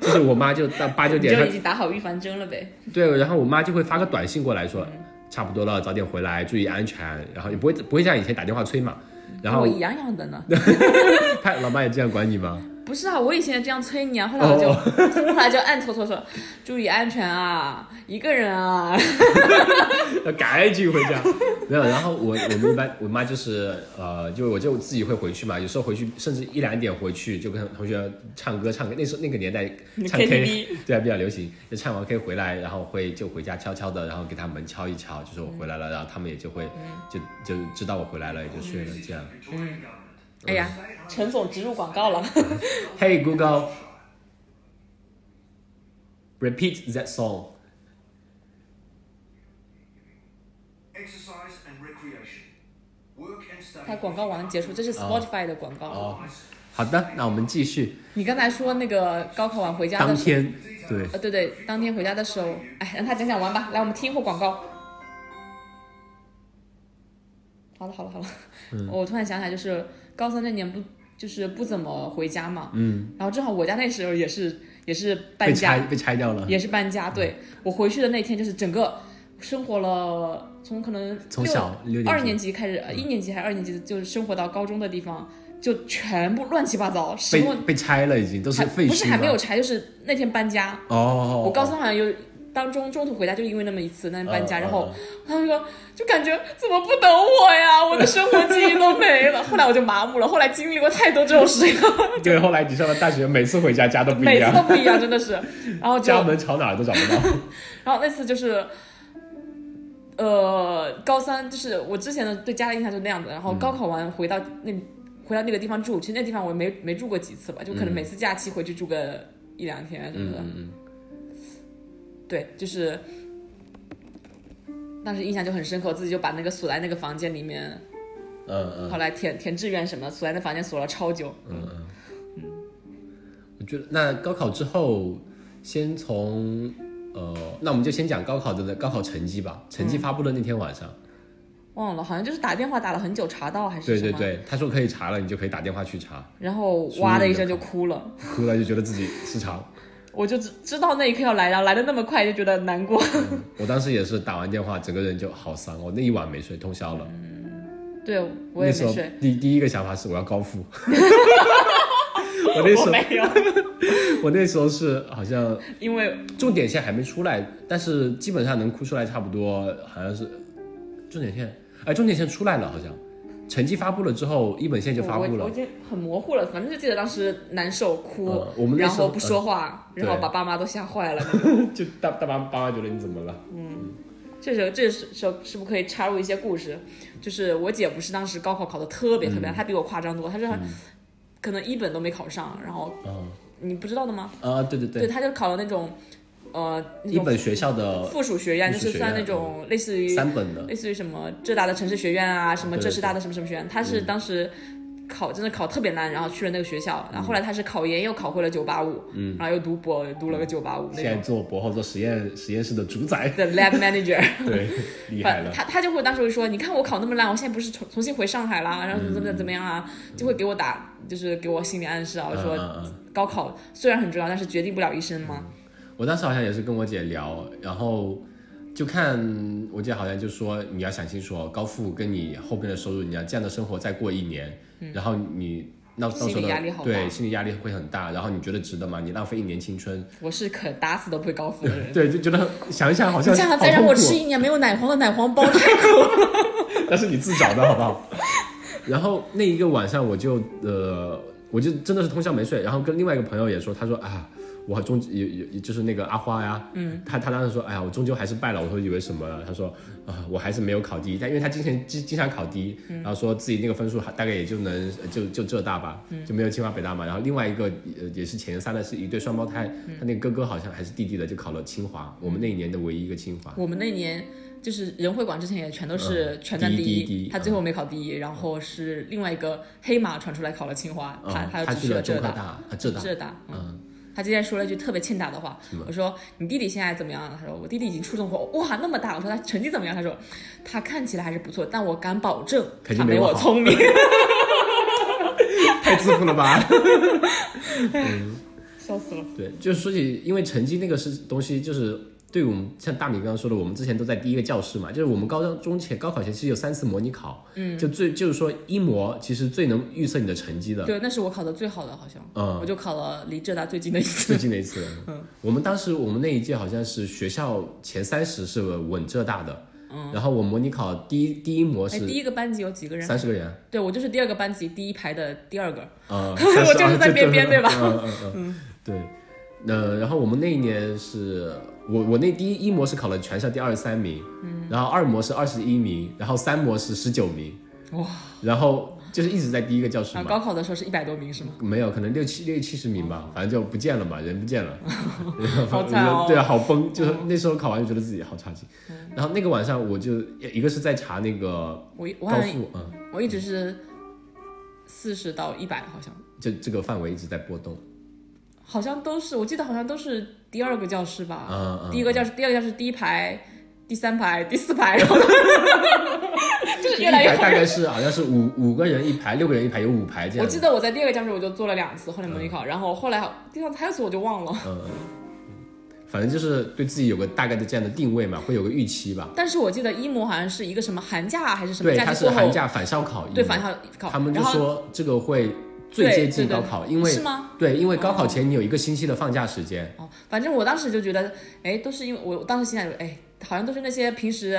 [SPEAKER 1] 就是我妈就到八九
[SPEAKER 2] 你
[SPEAKER 1] 点，
[SPEAKER 2] 就已经打好预防针了呗。
[SPEAKER 1] 对，然后我妈就会发个短信过来
[SPEAKER 2] 嗯
[SPEAKER 1] 说，差不多了，早点回来，注意安全，然后也不会不会像以前打电话催嘛。然
[SPEAKER 2] 跟
[SPEAKER 1] 后
[SPEAKER 2] 我一样样的呢。
[SPEAKER 1] 她老妈也这样管你吗？
[SPEAKER 2] 不是啊，我以前也这样催你
[SPEAKER 1] 哦
[SPEAKER 2] 啊，后来我就、后来就 暗搓搓说，注意安全啊，一个人啊，
[SPEAKER 1] 嗯要赶紧回家。 没有，然后我我们一般我妈就是呃，就我就自己会回去嘛，有时候回去甚至一两点回去就跟同学唱歌唱歌，那时候那个年代唱 K
[SPEAKER 2] KTV
[SPEAKER 1] 对啊比较流行，就唱完 K 回来，然后会就回家悄悄的，然后给他门敲一敲，就说我回来了，然后他们也就会
[SPEAKER 2] 嗯
[SPEAKER 1] 就就知道我回来了，也就睡了这样。
[SPEAKER 2] 哎呀，陈总植入广告 了，
[SPEAKER 1] Hey Google, repeat that song.
[SPEAKER 3] Exercise and recreation. Work and study.
[SPEAKER 2] 他广告完结束，这是 Spotify 的广告。
[SPEAKER 1] 啊哦，好的，那我们继续。
[SPEAKER 2] 你刚才说那个高考完回家
[SPEAKER 1] 当
[SPEAKER 2] 的时候，
[SPEAKER 1] 天对。
[SPEAKER 2] 呃，对对，当天回家的时候，哎，让他讲讲完吧，来，我们听一会儿广告。好了好了好了，
[SPEAKER 1] 嗯
[SPEAKER 2] 我突然想起来，就是高三那年不就是不怎么回家嘛，嗯，然后正好我家那时候也是也是
[SPEAKER 1] 被
[SPEAKER 2] 搬家
[SPEAKER 1] 拆，被拆掉了，
[SPEAKER 2] 也是搬家。对我回去的那天，就是整个生活了，从可能
[SPEAKER 1] 从
[SPEAKER 2] 六
[SPEAKER 1] 小六年级
[SPEAKER 2] 二年级开始，呃一年级还是二年级，就是生活到高中的地方，就全部乱七八糟，什
[SPEAKER 1] 被
[SPEAKER 2] 么
[SPEAKER 1] 被拆了，已经都是
[SPEAKER 2] 还
[SPEAKER 1] 废墟
[SPEAKER 2] 不是还没有
[SPEAKER 1] 吗
[SPEAKER 2] 拆，就是那天搬家。
[SPEAKER 1] 哦哦，哦
[SPEAKER 2] 我高三好像有当中中途回家，就因为那么一次，那搬家，
[SPEAKER 1] 嗯
[SPEAKER 2] 然后
[SPEAKER 1] 嗯
[SPEAKER 2] 他们说就感觉怎么不等我呀，我的生活记忆都没了。后来我就麻木了，后来经历过太多这种事情了，
[SPEAKER 1] 对，后来你上了大学，每次回家家都 不一
[SPEAKER 2] 每次都
[SPEAKER 1] 样，
[SPEAKER 2] 不一样，真的是。然后就
[SPEAKER 1] 家门朝哪儿都找不到。
[SPEAKER 2] 然后那次就是，呃，高三就是我之前的对家的印象就那样子，然后高考完回到那、回到那个地方住，其实那地方我没没住过几次吧，就可能每次假期回去住个一两天什么的。
[SPEAKER 1] 嗯
[SPEAKER 2] 对，就是当时印象就很深刻，我自己就把那个锁在那个房间里面，
[SPEAKER 1] 嗯 嗯
[SPEAKER 2] 后来填填志愿什么的，锁在那房间锁了超久。
[SPEAKER 1] 嗯嗯，我觉得那高考之后，先从呃，那我们就先讲高考的高考成绩吧。成绩发布的那天晚上，
[SPEAKER 2] 忘了，好像就是打电话打了很久，查到还是
[SPEAKER 1] 对
[SPEAKER 2] 什
[SPEAKER 1] 对
[SPEAKER 2] 么，
[SPEAKER 1] 对，他说可以查了，你就可以打电话去查，
[SPEAKER 2] 然后
[SPEAKER 1] 输
[SPEAKER 2] 哇的
[SPEAKER 1] 赢
[SPEAKER 2] 一
[SPEAKER 1] 的
[SPEAKER 2] 声就哭了。
[SPEAKER 1] 哭了就觉得自己失常。
[SPEAKER 2] 我就知知道那一刻要来，然后来的那么快，就觉得 难过。
[SPEAKER 1] 我当时也是打完电话，整个人就好丧，我那一晚没睡，通宵了。
[SPEAKER 2] 嗯对，我也
[SPEAKER 1] 那时
[SPEAKER 2] 没
[SPEAKER 1] 候
[SPEAKER 2] 睡。
[SPEAKER 1] 第第一个想法是我要高复，我那时
[SPEAKER 2] 我
[SPEAKER 1] 候
[SPEAKER 2] 没有，
[SPEAKER 1] 我那时候是好像
[SPEAKER 2] 因为
[SPEAKER 1] 重点线还没出来，但是基本上能哭出来，差不多好像是重点线，哎，重点线出来了，好像成绩发布了之后，一本线就发
[SPEAKER 2] 我
[SPEAKER 1] 布
[SPEAKER 2] 我
[SPEAKER 1] 了
[SPEAKER 2] 已。经很模糊了，反正就记得当时难受哭，
[SPEAKER 1] 嗯我们那
[SPEAKER 2] 然
[SPEAKER 1] 时候
[SPEAKER 2] 后不说话，
[SPEAKER 1] 嗯
[SPEAKER 2] 然后
[SPEAKER 1] 对
[SPEAKER 2] 把爸妈都吓坏了。
[SPEAKER 1] 就大大妈爸妈觉得你怎么了？
[SPEAKER 2] 这时候这时候是不是可以插入一些故事？就是我姐不是当时高考考的特别特
[SPEAKER 1] 嗯
[SPEAKER 2] 别，好，她比我夸张多，她是可能一本都没考上，然后
[SPEAKER 1] 嗯
[SPEAKER 2] 你不知道的吗？
[SPEAKER 1] 啊，对对
[SPEAKER 2] 对，
[SPEAKER 1] 对，
[SPEAKER 2] 她就考了那种呃那
[SPEAKER 1] 一
[SPEAKER 2] 种
[SPEAKER 1] 本学校的
[SPEAKER 2] 附属学院，就
[SPEAKER 1] 附属
[SPEAKER 2] 是
[SPEAKER 1] 学
[SPEAKER 2] 算
[SPEAKER 1] 院嗯
[SPEAKER 2] 那种类似于
[SPEAKER 1] 三本的，
[SPEAKER 2] 类似于什么浙大的城市学院啊，什么
[SPEAKER 1] 对嗯
[SPEAKER 2] 浙师大的什么什么学院，他是当时考真的考特别烂，然后去了那个学校，然后后来他是考研又考回了九八五，然后又读博又读了个九八五那
[SPEAKER 1] 嗯现在
[SPEAKER 2] 种
[SPEAKER 1] 做博后做实验实验室的主宰，
[SPEAKER 2] 的 lab manager，
[SPEAKER 1] 对，厉害
[SPEAKER 2] 反
[SPEAKER 1] 了。
[SPEAKER 2] 他他就会当时会说，你看我考那么烂，我现在不是重重新回上海啦，然后怎么怎么怎么样啊，就会给我打就是给我心理暗示啊，
[SPEAKER 1] 嗯
[SPEAKER 2] 说
[SPEAKER 1] 嗯嗯
[SPEAKER 2] 高考虽然很重要，但是决定不了一生嘛。
[SPEAKER 1] 我当时好像也是跟我姐聊，然后就看我姐好像就说你要想清楚哦，高复跟你后边的收入，你要这样的生活再过一年，然后你那到时
[SPEAKER 2] 嗯心
[SPEAKER 1] 候
[SPEAKER 2] 理
[SPEAKER 1] 的
[SPEAKER 2] 压力好大
[SPEAKER 1] 对心理压力会很大，然后你觉得值得吗？你浪费一年青春，
[SPEAKER 2] 我是可打死都不会高复的人。
[SPEAKER 1] 对，就觉得想一想好
[SPEAKER 2] 你
[SPEAKER 1] 像
[SPEAKER 2] 这样再
[SPEAKER 1] 好
[SPEAKER 2] 让
[SPEAKER 1] 痛
[SPEAKER 2] 我
[SPEAKER 1] 苦哦
[SPEAKER 2] 吃一年没有奶黄的奶黄包，
[SPEAKER 1] 那是你自找的好不好？ 然后那一个晚上我就呃，我就真的是通宵没睡，然后跟另外一个朋友也说，他说啊。我终有有就是那个阿花呀，嗯，他他当时说，哎呀，我终究还是败了。我说以为什么了？他说啊、我还是没有考第一，但因为他之前经经常考第一，
[SPEAKER 2] 嗯
[SPEAKER 1] 然后说自己那个分数还大概也就能就就浙大吧，
[SPEAKER 2] 嗯
[SPEAKER 1] 就没有清华北大嘛。然后另外一个呃也是前三的是一对双胞胎，
[SPEAKER 2] 嗯
[SPEAKER 1] 他那个哥哥好像还是弟弟的，就考了清华，我们那一年的唯一一个清华。
[SPEAKER 2] 我们那年就是仁会馆之前也全都是全站
[SPEAKER 1] 嗯第一
[SPEAKER 2] 第
[SPEAKER 1] 第一第一嗯
[SPEAKER 2] 他最后没考第一，然后是另外一个黑马传出来考了清华，
[SPEAKER 1] 嗯
[SPEAKER 2] 他他
[SPEAKER 1] 他
[SPEAKER 2] 又
[SPEAKER 1] 去
[SPEAKER 2] 只去
[SPEAKER 1] 了
[SPEAKER 2] 了
[SPEAKER 1] 中
[SPEAKER 2] 浙
[SPEAKER 1] 科
[SPEAKER 2] 大，
[SPEAKER 1] 大啊，浙大，
[SPEAKER 2] 浙大，嗯。
[SPEAKER 1] 嗯，
[SPEAKER 2] 他今天说了一句特别欠打的话，我说你弟弟现在怎么样？他说我弟弟已经初中了，哇那么大。我说他成绩怎么样？他说他看起来还是不错，但我敢保证
[SPEAKER 1] 肯
[SPEAKER 2] 他
[SPEAKER 1] 定没我
[SPEAKER 2] 我
[SPEAKER 1] 好
[SPEAKER 2] 聪明。
[SPEAKER 1] 太自负了吧？
[SPEAKER 2] 笑死了。
[SPEAKER 1] 对，就是说起，因为成绩那个是东西，就是对我们像大米刚刚说的，我们之前都在第一个教室嘛，就是我们高中中前高考前其实有三次模拟考，嗯，就最就是说一模其实最能预测你的成绩的，
[SPEAKER 2] 对，那是我考的最好的，好像，
[SPEAKER 1] 嗯
[SPEAKER 2] 我就考了离浙大最近的一次
[SPEAKER 1] 最。近的一次。嗯，我们当时我们那一届好像是学校前三十是稳浙大的，嗯，然后我模拟考第一第一模
[SPEAKER 2] 哎，第
[SPEAKER 1] 是
[SPEAKER 2] 一个班级有几个人？
[SPEAKER 1] 三十个人。
[SPEAKER 2] 对我就是第二个班级第一排的第二个。
[SPEAKER 1] 啊，
[SPEAKER 2] 我就是在边边对吧
[SPEAKER 1] 嗯嗯嗯嗯，对。呃，然后我们那一年是我我那第一一模是考了全校第二十三名，嗯，然后二模是二十一名，然后三模是十九名，
[SPEAKER 2] 哇，
[SPEAKER 1] 然后就是一直在第一个教室
[SPEAKER 2] 然后
[SPEAKER 1] 嘛，
[SPEAKER 2] 高考的时候是一百多名是吗？
[SPEAKER 1] 没有，可能六七六七十名吧，反正就不见了嘛，人不见了，然后
[SPEAKER 2] 好惨哦嗯
[SPEAKER 1] 对啊，好崩，就是那时候考完就觉得自己好差劲，然后那个晚上我就一个是在查那个
[SPEAKER 2] 我一我
[SPEAKER 1] 高
[SPEAKER 2] 好像
[SPEAKER 1] 复，嗯，
[SPEAKER 2] 我一直是四十到一百，好像
[SPEAKER 1] 就这个范围一直在波动，
[SPEAKER 2] 好像都是，我记得好像都是第二个教室吧，
[SPEAKER 1] 嗯嗯
[SPEAKER 2] 第一个教室，第二个教室第一排。第三排、第四排，然后 就是 越来
[SPEAKER 1] 一
[SPEAKER 2] 越
[SPEAKER 1] 排
[SPEAKER 2] 后
[SPEAKER 1] 大
[SPEAKER 2] 面。
[SPEAKER 1] 概是好像是五五个人一排，六个人一排，有五排这样。
[SPEAKER 2] 我记得我在第二个教室我就做了两次，后来模拟考，然后后来第三还有一次我就忘了。
[SPEAKER 1] 嗯，嗯反正就是对自己有个大概的这样的定位嘛，会有个预期吧。
[SPEAKER 2] 但是我记得一模好像是一个什么寒假还是什么
[SPEAKER 1] 对，
[SPEAKER 2] 假
[SPEAKER 1] 它
[SPEAKER 2] 期
[SPEAKER 1] 是
[SPEAKER 2] 过
[SPEAKER 1] 寒
[SPEAKER 2] 后，
[SPEAKER 1] 假返校考一模，
[SPEAKER 2] 对返校考，
[SPEAKER 1] 他们就
[SPEAKER 2] 然后
[SPEAKER 1] 说这个会最接近
[SPEAKER 2] 对
[SPEAKER 1] 高
[SPEAKER 2] 对
[SPEAKER 1] 考，因为
[SPEAKER 2] 是吗？
[SPEAKER 1] 对，因为高考前你有一个星期的放假时 间，
[SPEAKER 2] 哦，反正我当时就觉得，哎，都是因为我我当时心想，哎，好像都是那些平时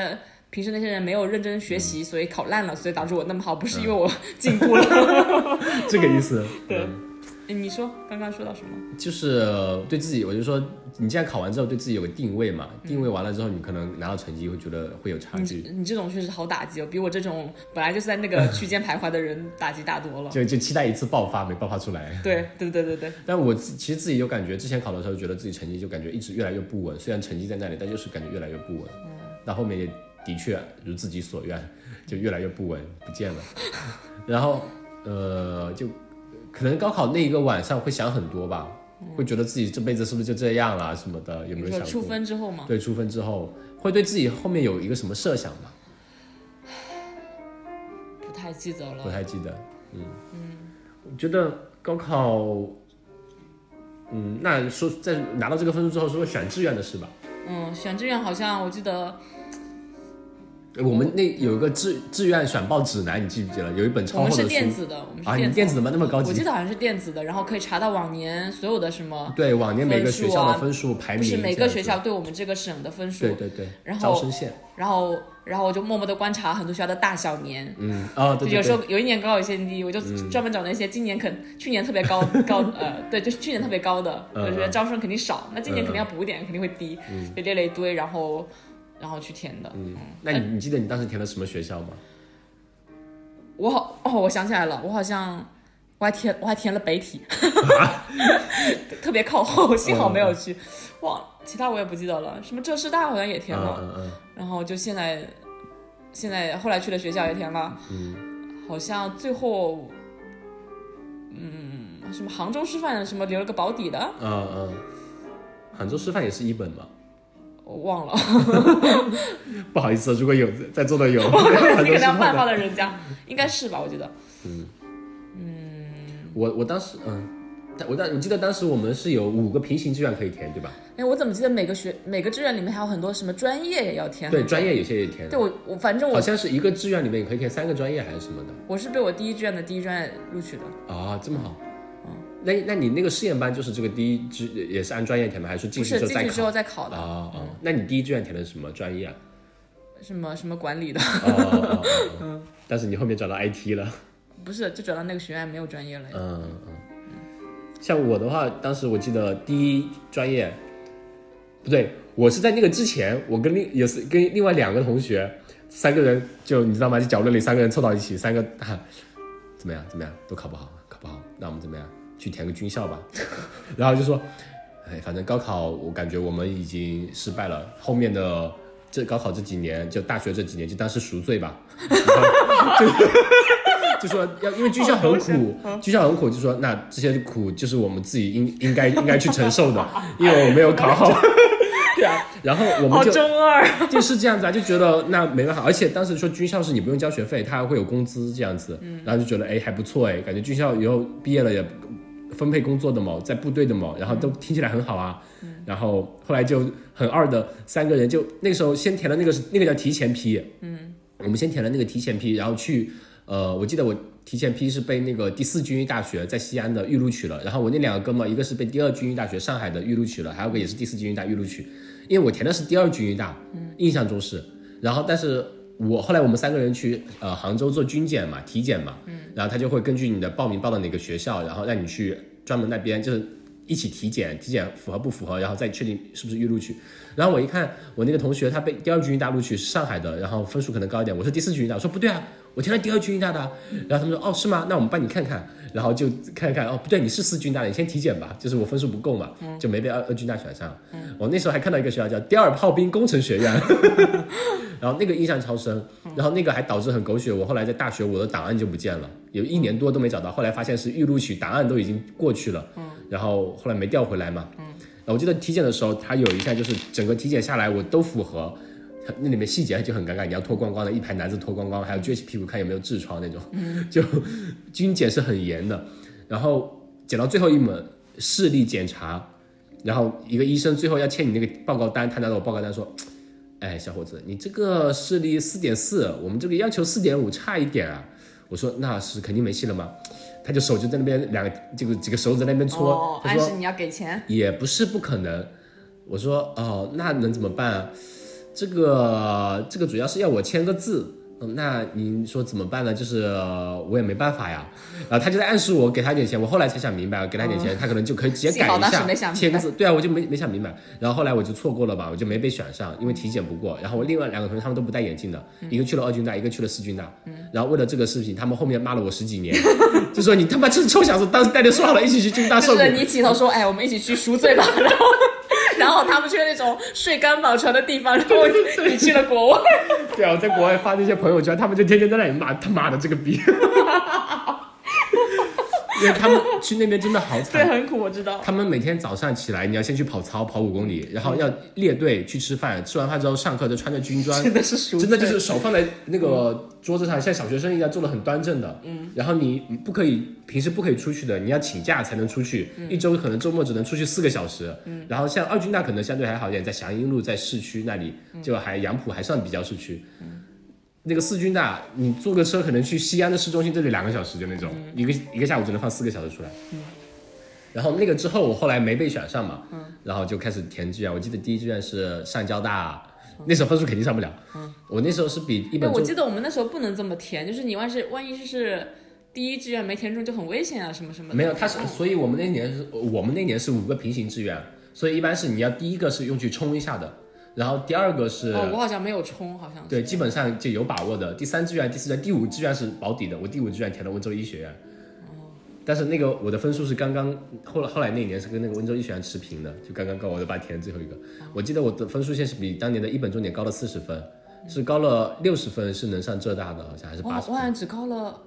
[SPEAKER 2] 平时那些人没有认真学
[SPEAKER 1] 嗯
[SPEAKER 2] 习，所以考烂了，所以导致我那么好，不是因为我 进步了。
[SPEAKER 1] 这个意思。
[SPEAKER 2] 对
[SPEAKER 1] 嗯
[SPEAKER 2] 哎你说刚刚说到什么？
[SPEAKER 1] 就是呃对自己，我就说你这样考完之后对自己有个定位嘛，定位完了之后你可能拿到成绩会觉得会有差
[SPEAKER 2] 你这
[SPEAKER 1] 距，
[SPEAKER 2] 你这种确实好打击哦，比我这种本来就是在那个 区间徘徊的人打击大多了。
[SPEAKER 1] 就就期待一次爆发，没爆发出来。
[SPEAKER 2] 对对对对对，
[SPEAKER 1] 但我自其实自己有感觉，之前考的时候觉得自己成绩就感觉一直越来越不稳，虽然成绩在那里，但就是感觉越来越不稳。
[SPEAKER 2] 嗯
[SPEAKER 1] 到后面也的确如自己所愿，就越来越不稳，不见了。然后呃，就可能高考那一个晚上会想很多吧，会觉得自己这辈子是不是就这样啊啦什么的，有没
[SPEAKER 2] 嗯你
[SPEAKER 1] 有
[SPEAKER 2] 说
[SPEAKER 1] 想
[SPEAKER 2] 出
[SPEAKER 1] 过？
[SPEAKER 2] 分哦之后嘛，
[SPEAKER 1] 对，出分之后会对自己后面有一个什么设想吗？
[SPEAKER 2] 不太记得
[SPEAKER 1] 不
[SPEAKER 2] 了。
[SPEAKER 1] 太记得。嗯嗯，我觉得高考，嗯，那说在拿到这个分数之后，说选志愿的事吧。
[SPEAKER 2] 嗯，选志愿好像我记得
[SPEAKER 1] 我们那有一个志志愿选报指南，你记不记得？有一本
[SPEAKER 2] 我
[SPEAKER 1] 超厚
[SPEAKER 2] 们
[SPEAKER 1] 的书
[SPEAKER 2] 是电子的，我们
[SPEAKER 1] 啊，
[SPEAKER 2] 是
[SPEAKER 1] 你
[SPEAKER 2] 电
[SPEAKER 1] 电
[SPEAKER 2] 子
[SPEAKER 1] 子怎么那么高
[SPEAKER 2] 我记
[SPEAKER 1] 级？
[SPEAKER 2] 得好像是电子的，然后可以查到往年所有的什么，
[SPEAKER 1] 对，往年每个学校的分
[SPEAKER 2] 分
[SPEAKER 1] 数排
[SPEAKER 2] 就
[SPEAKER 1] 名，
[SPEAKER 2] 是每个学
[SPEAKER 1] 这样
[SPEAKER 2] 校对我们这个省的分
[SPEAKER 1] 子，
[SPEAKER 2] 数。啊
[SPEAKER 1] 对对对，
[SPEAKER 2] 然后
[SPEAKER 1] 招生线，
[SPEAKER 2] 然后，然后我就默默的观察很多学校的大小年，
[SPEAKER 1] 嗯，啊，对
[SPEAKER 2] 就
[SPEAKER 1] 对
[SPEAKER 2] 有时
[SPEAKER 1] 对，嗯
[SPEAKER 2] 候有一年高有些低，我就专门找那些今年可去年特别高高呃， 对，就是去年特别高的，
[SPEAKER 1] 嗯
[SPEAKER 2] 我觉得招生肯定少，那今年
[SPEAKER 1] 嗯
[SPEAKER 2] 肯定要补一点，肯定会低，就列了一堆，然后然后去填的。嗯，
[SPEAKER 1] 那你你记得你当时填的什么学校吗？
[SPEAKER 2] 我好哦，我想起来了，我好像我还填我还填了北 体，特别靠后，幸
[SPEAKER 1] 嗯
[SPEAKER 2] 好没有去。忘了其他我也不记得了，什么浙师大好像也填了，
[SPEAKER 1] 嗯嗯嗯，
[SPEAKER 2] 然后就现在现在后来去了学校也填了，
[SPEAKER 1] 嗯
[SPEAKER 2] 好像最后嗯什么杭州师范什么留了个保底的，
[SPEAKER 1] 嗯嗯，杭州师范也是一本嘛。
[SPEAKER 2] 我忘了，
[SPEAKER 1] 不好意思，如果有在座的 有
[SPEAKER 2] 你
[SPEAKER 1] 杭州
[SPEAKER 2] 可
[SPEAKER 1] 师
[SPEAKER 2] 能要拜
[SPEAKER 1] 范
[SPEAKER 2] 访
[SPEAKER 1] 的，
[SPEAKER 2] 了人家，应该是吧？我觉得
[SPEAKER 1] 我我当时嗯。但我当我记得当时我们是有五个平行志愿可以填，对吧？
[SPEAKER 2] 哎，我怎么记得每个学每个志愿里面还有很多什么专业也要填？
[SPEAKER 1] 对，专业有些也填
[SPEAKER 2] 对，，我我反正
[SPEAKER 1] 好
[SPEAKER 2] 我
[SPEAKER 1] 像是一个志愿里面可以填三个专业还是什么的
[SPEAKER 2] 我是被我第一志愿的第一专业录取的，
[SPEAKER 1] 啊，这么好。
[SPEAKER 2] 哦
[SPEAKER 1] 那那你那个试验班就是这个第一志也是按专业填吗？还是进
[SPEAKER 2] 不
[SPEAKER 1] 去
[SPEAKER 2] 是
[SPEAKER 1] 之后
[SPEAKER 2] 进
[SPEAKER 1] 再
[SPEAKER 2] 去之后
[SPEAKER 1] 考？
[SPEAKER 2] 再考
[SPEAKER 1] 啊
[SPEAKER 2] 的，
[SPEAKER 1] 啊！哦那你第一志愿填的是什么专业啊？
[SPEAKER 2] 什么什么管理的，
[SPEAKER 1] 哦哦哦哦但是你后面转到 IT 了。
[SPEAKER 2] 不是就转到那个学院没有专业了呀。
[SPEAKER 1] 嗯，嗯，像我的话，当时我记得第一专业，不对，我是在那个之前，我跟另也是跟另外两个同学，三个人就你知道吗？就角落里三个人凑到一起，三个、啊、怎么样怎么样都考不好，考不好，那我们怎么样去填个军校吧？ 然后就说，哎，反正高考我感觉我们已经失败了，后面的。这高考这几年，就大学这几年，就当是赎罪吧。 就说要因为军校很苦，军校很苦，就说那这些苦就是我们自己应应该应该去承受的，因为我没有考好。对啊， 然后我们
[SPEAKER 2] 好
[SPEAKER 1] 就
[SPEAKER 2] 中二，
[SPEAKER 1] 就是这样子啊，就觉得那没办法，而且当时说军校是你不用交学费，他还会有工资这样子，然后就觉得哎还不错哎，感觉军校以后毕业了也分配工作的嘛，在部队的嘛，然后都听起来很好啊。然后后来就很二的三个人就那个时候先填了那个是那个叫提前批，嗯，我们先填了那个提前批，然后去呃，我记得我提前批是被那个第四军医大学在西安的预录取了，然后我那两个哥们儿一个是被第二军医大学上海的预录取了，还有个也是第四军医大预录取，因为我填的是第二军医大，印象中是，然后但是我后来我们三个人去呃杭州做军检嘛，体检嘛，然后他就会根据你的报名报到哪个学校，然后让你去专门那边就是一起体检，体检符合不符合，然后再确定是不是预录取。然后我一看，我那个同学他被第二军医大录取，是上海的，然后分数可能高一点。我说第四军医大，我说不对啊，我填了第二军医大的啊。然后他们说哦是吗？那我们帮你看看，然后就看看哦不对，你是四军大的，你先体检吧，就是我分数不够嘛，就没被二二军大选上。我那时候还看到一个学校叫第二炮兵工程学院，然后那个印象超深，然后那个还导致很狗血。我后来在大学，我的档案就不见了，有一年多都没找到。后来发现是预录取，档案都已经过去了，然后后来没调回来嘛。然后我记得体检的时候，他有一项就是整个体检下来我都符合，那里面细节就很尴尬，你要脱光光的，一排男子脱光光，还有撅起屁股看有没有痔疮那种，
[SPEAKER 2] 嗯
[SPEAKER 1] 就军检是很严的。然后检到最后一门视力检查，然后一个医生最后要签你那个报告单，他拿到我报告单说。哎，小伙子，你这个视力四点四，我们这个要求四点五，差一点啊。我说那是肯定没戏了吗？他就手就在那边两个这个几个手指在那边搓，
[SPEAKER 2] 哦，
[SPEAKER 1] 他
[SPEAKER 2] 暗
[SPEAKER 1] 说
[SPEAKER 2] 示你要给钱，
[SPEAKER 1] 也不是不可能。我说哦，那能怎么办啊？这个这个主要是要我签个字。嗯那您说怎么办呢？就是、呃我也没办法呀。然后他就在暗示我给他点钱，我后来才想明白，给他点钱，他可能就可以直接
[SPEAKER 2] 幸
[SPEAKER 1] 改
[SPEAKER 2] 哦好
[SPEAKER 1] 一
[SPEAKER 2] 当时
[SPEAKER 1] 下
[SPEAKER 2] 没想明白
[SPEAKER 1] 签个字。对啊，我就没没想明白。然后后来我就错过了吧，我就没被选上，因为体检不过。然后我另外两个同学他们都不戴眼镜的，
[SPEAKER 2] 嗯
[SPEAKER 1] 一个去了二军大，一个去了四军大。然后为了这个事情，他们后面骂了我十几年， 就说你他妈就是臭小子，当时带着说好了一起去军大受
[SPEAKER 2] 就
[SPEAKER 1] 苦
[SPEAKER 2] 是，你起头说，哎，我们一起去赎罪吧，然后。然后他们去了那种睡干宝床的地方，然后你去了国外，
[SPEAKER 1] 对啊，我在国外发那些朋友圈，他们就天天在那里骂他妈的这个逼， 因为他们去那边真的好
[SPEAKER 2] 对，
[SPEAKER 1] 惨。
[SPEAKER 2] 很苦，我知道。
[SPEAKER 1] 他们每天早上起来，你要先去跑操，跑五公里，然后要列队去吃饭，吃完饭之后上课就穿着军装，
[SPEAKER 2] 真的是赎罪
[SPEAKER 1] 真的就是手放在那个桌子上，像小学生一样坐的很端正的。嗯，然后你你不可以平时不可以出去的，你要请假才能出去，一周可能周末只能出去四个小时。嗯，然后像嗯二军大可能相对还好一点，在祥英路在市区那里，就还杨浦还算比较市区。那个四军大，你坐个车可能去西安的市中心，这就两个小时就那种，一个一个下午只能放四个小时出来。然后那个之后，我后来没被选上嘛，
[SPEAKER 2] 嗯
[SPEAKER 1] 然后就开始填志愿。我记得第一志愿是上交大，啊那时候分数肯定上不了。我那时候是比一
[SPEAKER 2] 对，
[SPEAKER 1] 本
[SPEAKER 2] 嗯哎我
[SPEAKER 1] 中
[SPEAKER 2] 记得我们那时候不能这么填，就是你万是万一是第一志愿没填中就很危险啊，什么什么的。
[SPEAKER 1] 没有，他是，所以我们那年是，我们那年是五个平行志愿，所以一般是你要第一个是用去冲一下的，然后第二个是、
[SPEAKER 2] 哦，我好像没有冲，好像是。
[SPEAKER 1] 对，基本上就有把握的。第三志愿、第四志愿、第五志愿是保底的，我第五志愿填了温州医学院。但是那个我的分数是刚刚后来后来那一年是跟那个温州医学院持平的，就刚刚高，我就把它填最后一个。我记得我的分数线是比当年的一本重点高了四十分，是高了六十分，是能上浙大的，好像还是
[SPEAKER 2] 我
[SPEAKER 1] 八
[SPEAKER 2] 好
[SPEAKER 1] 十
[SPEAKER 2] 我好像只高了，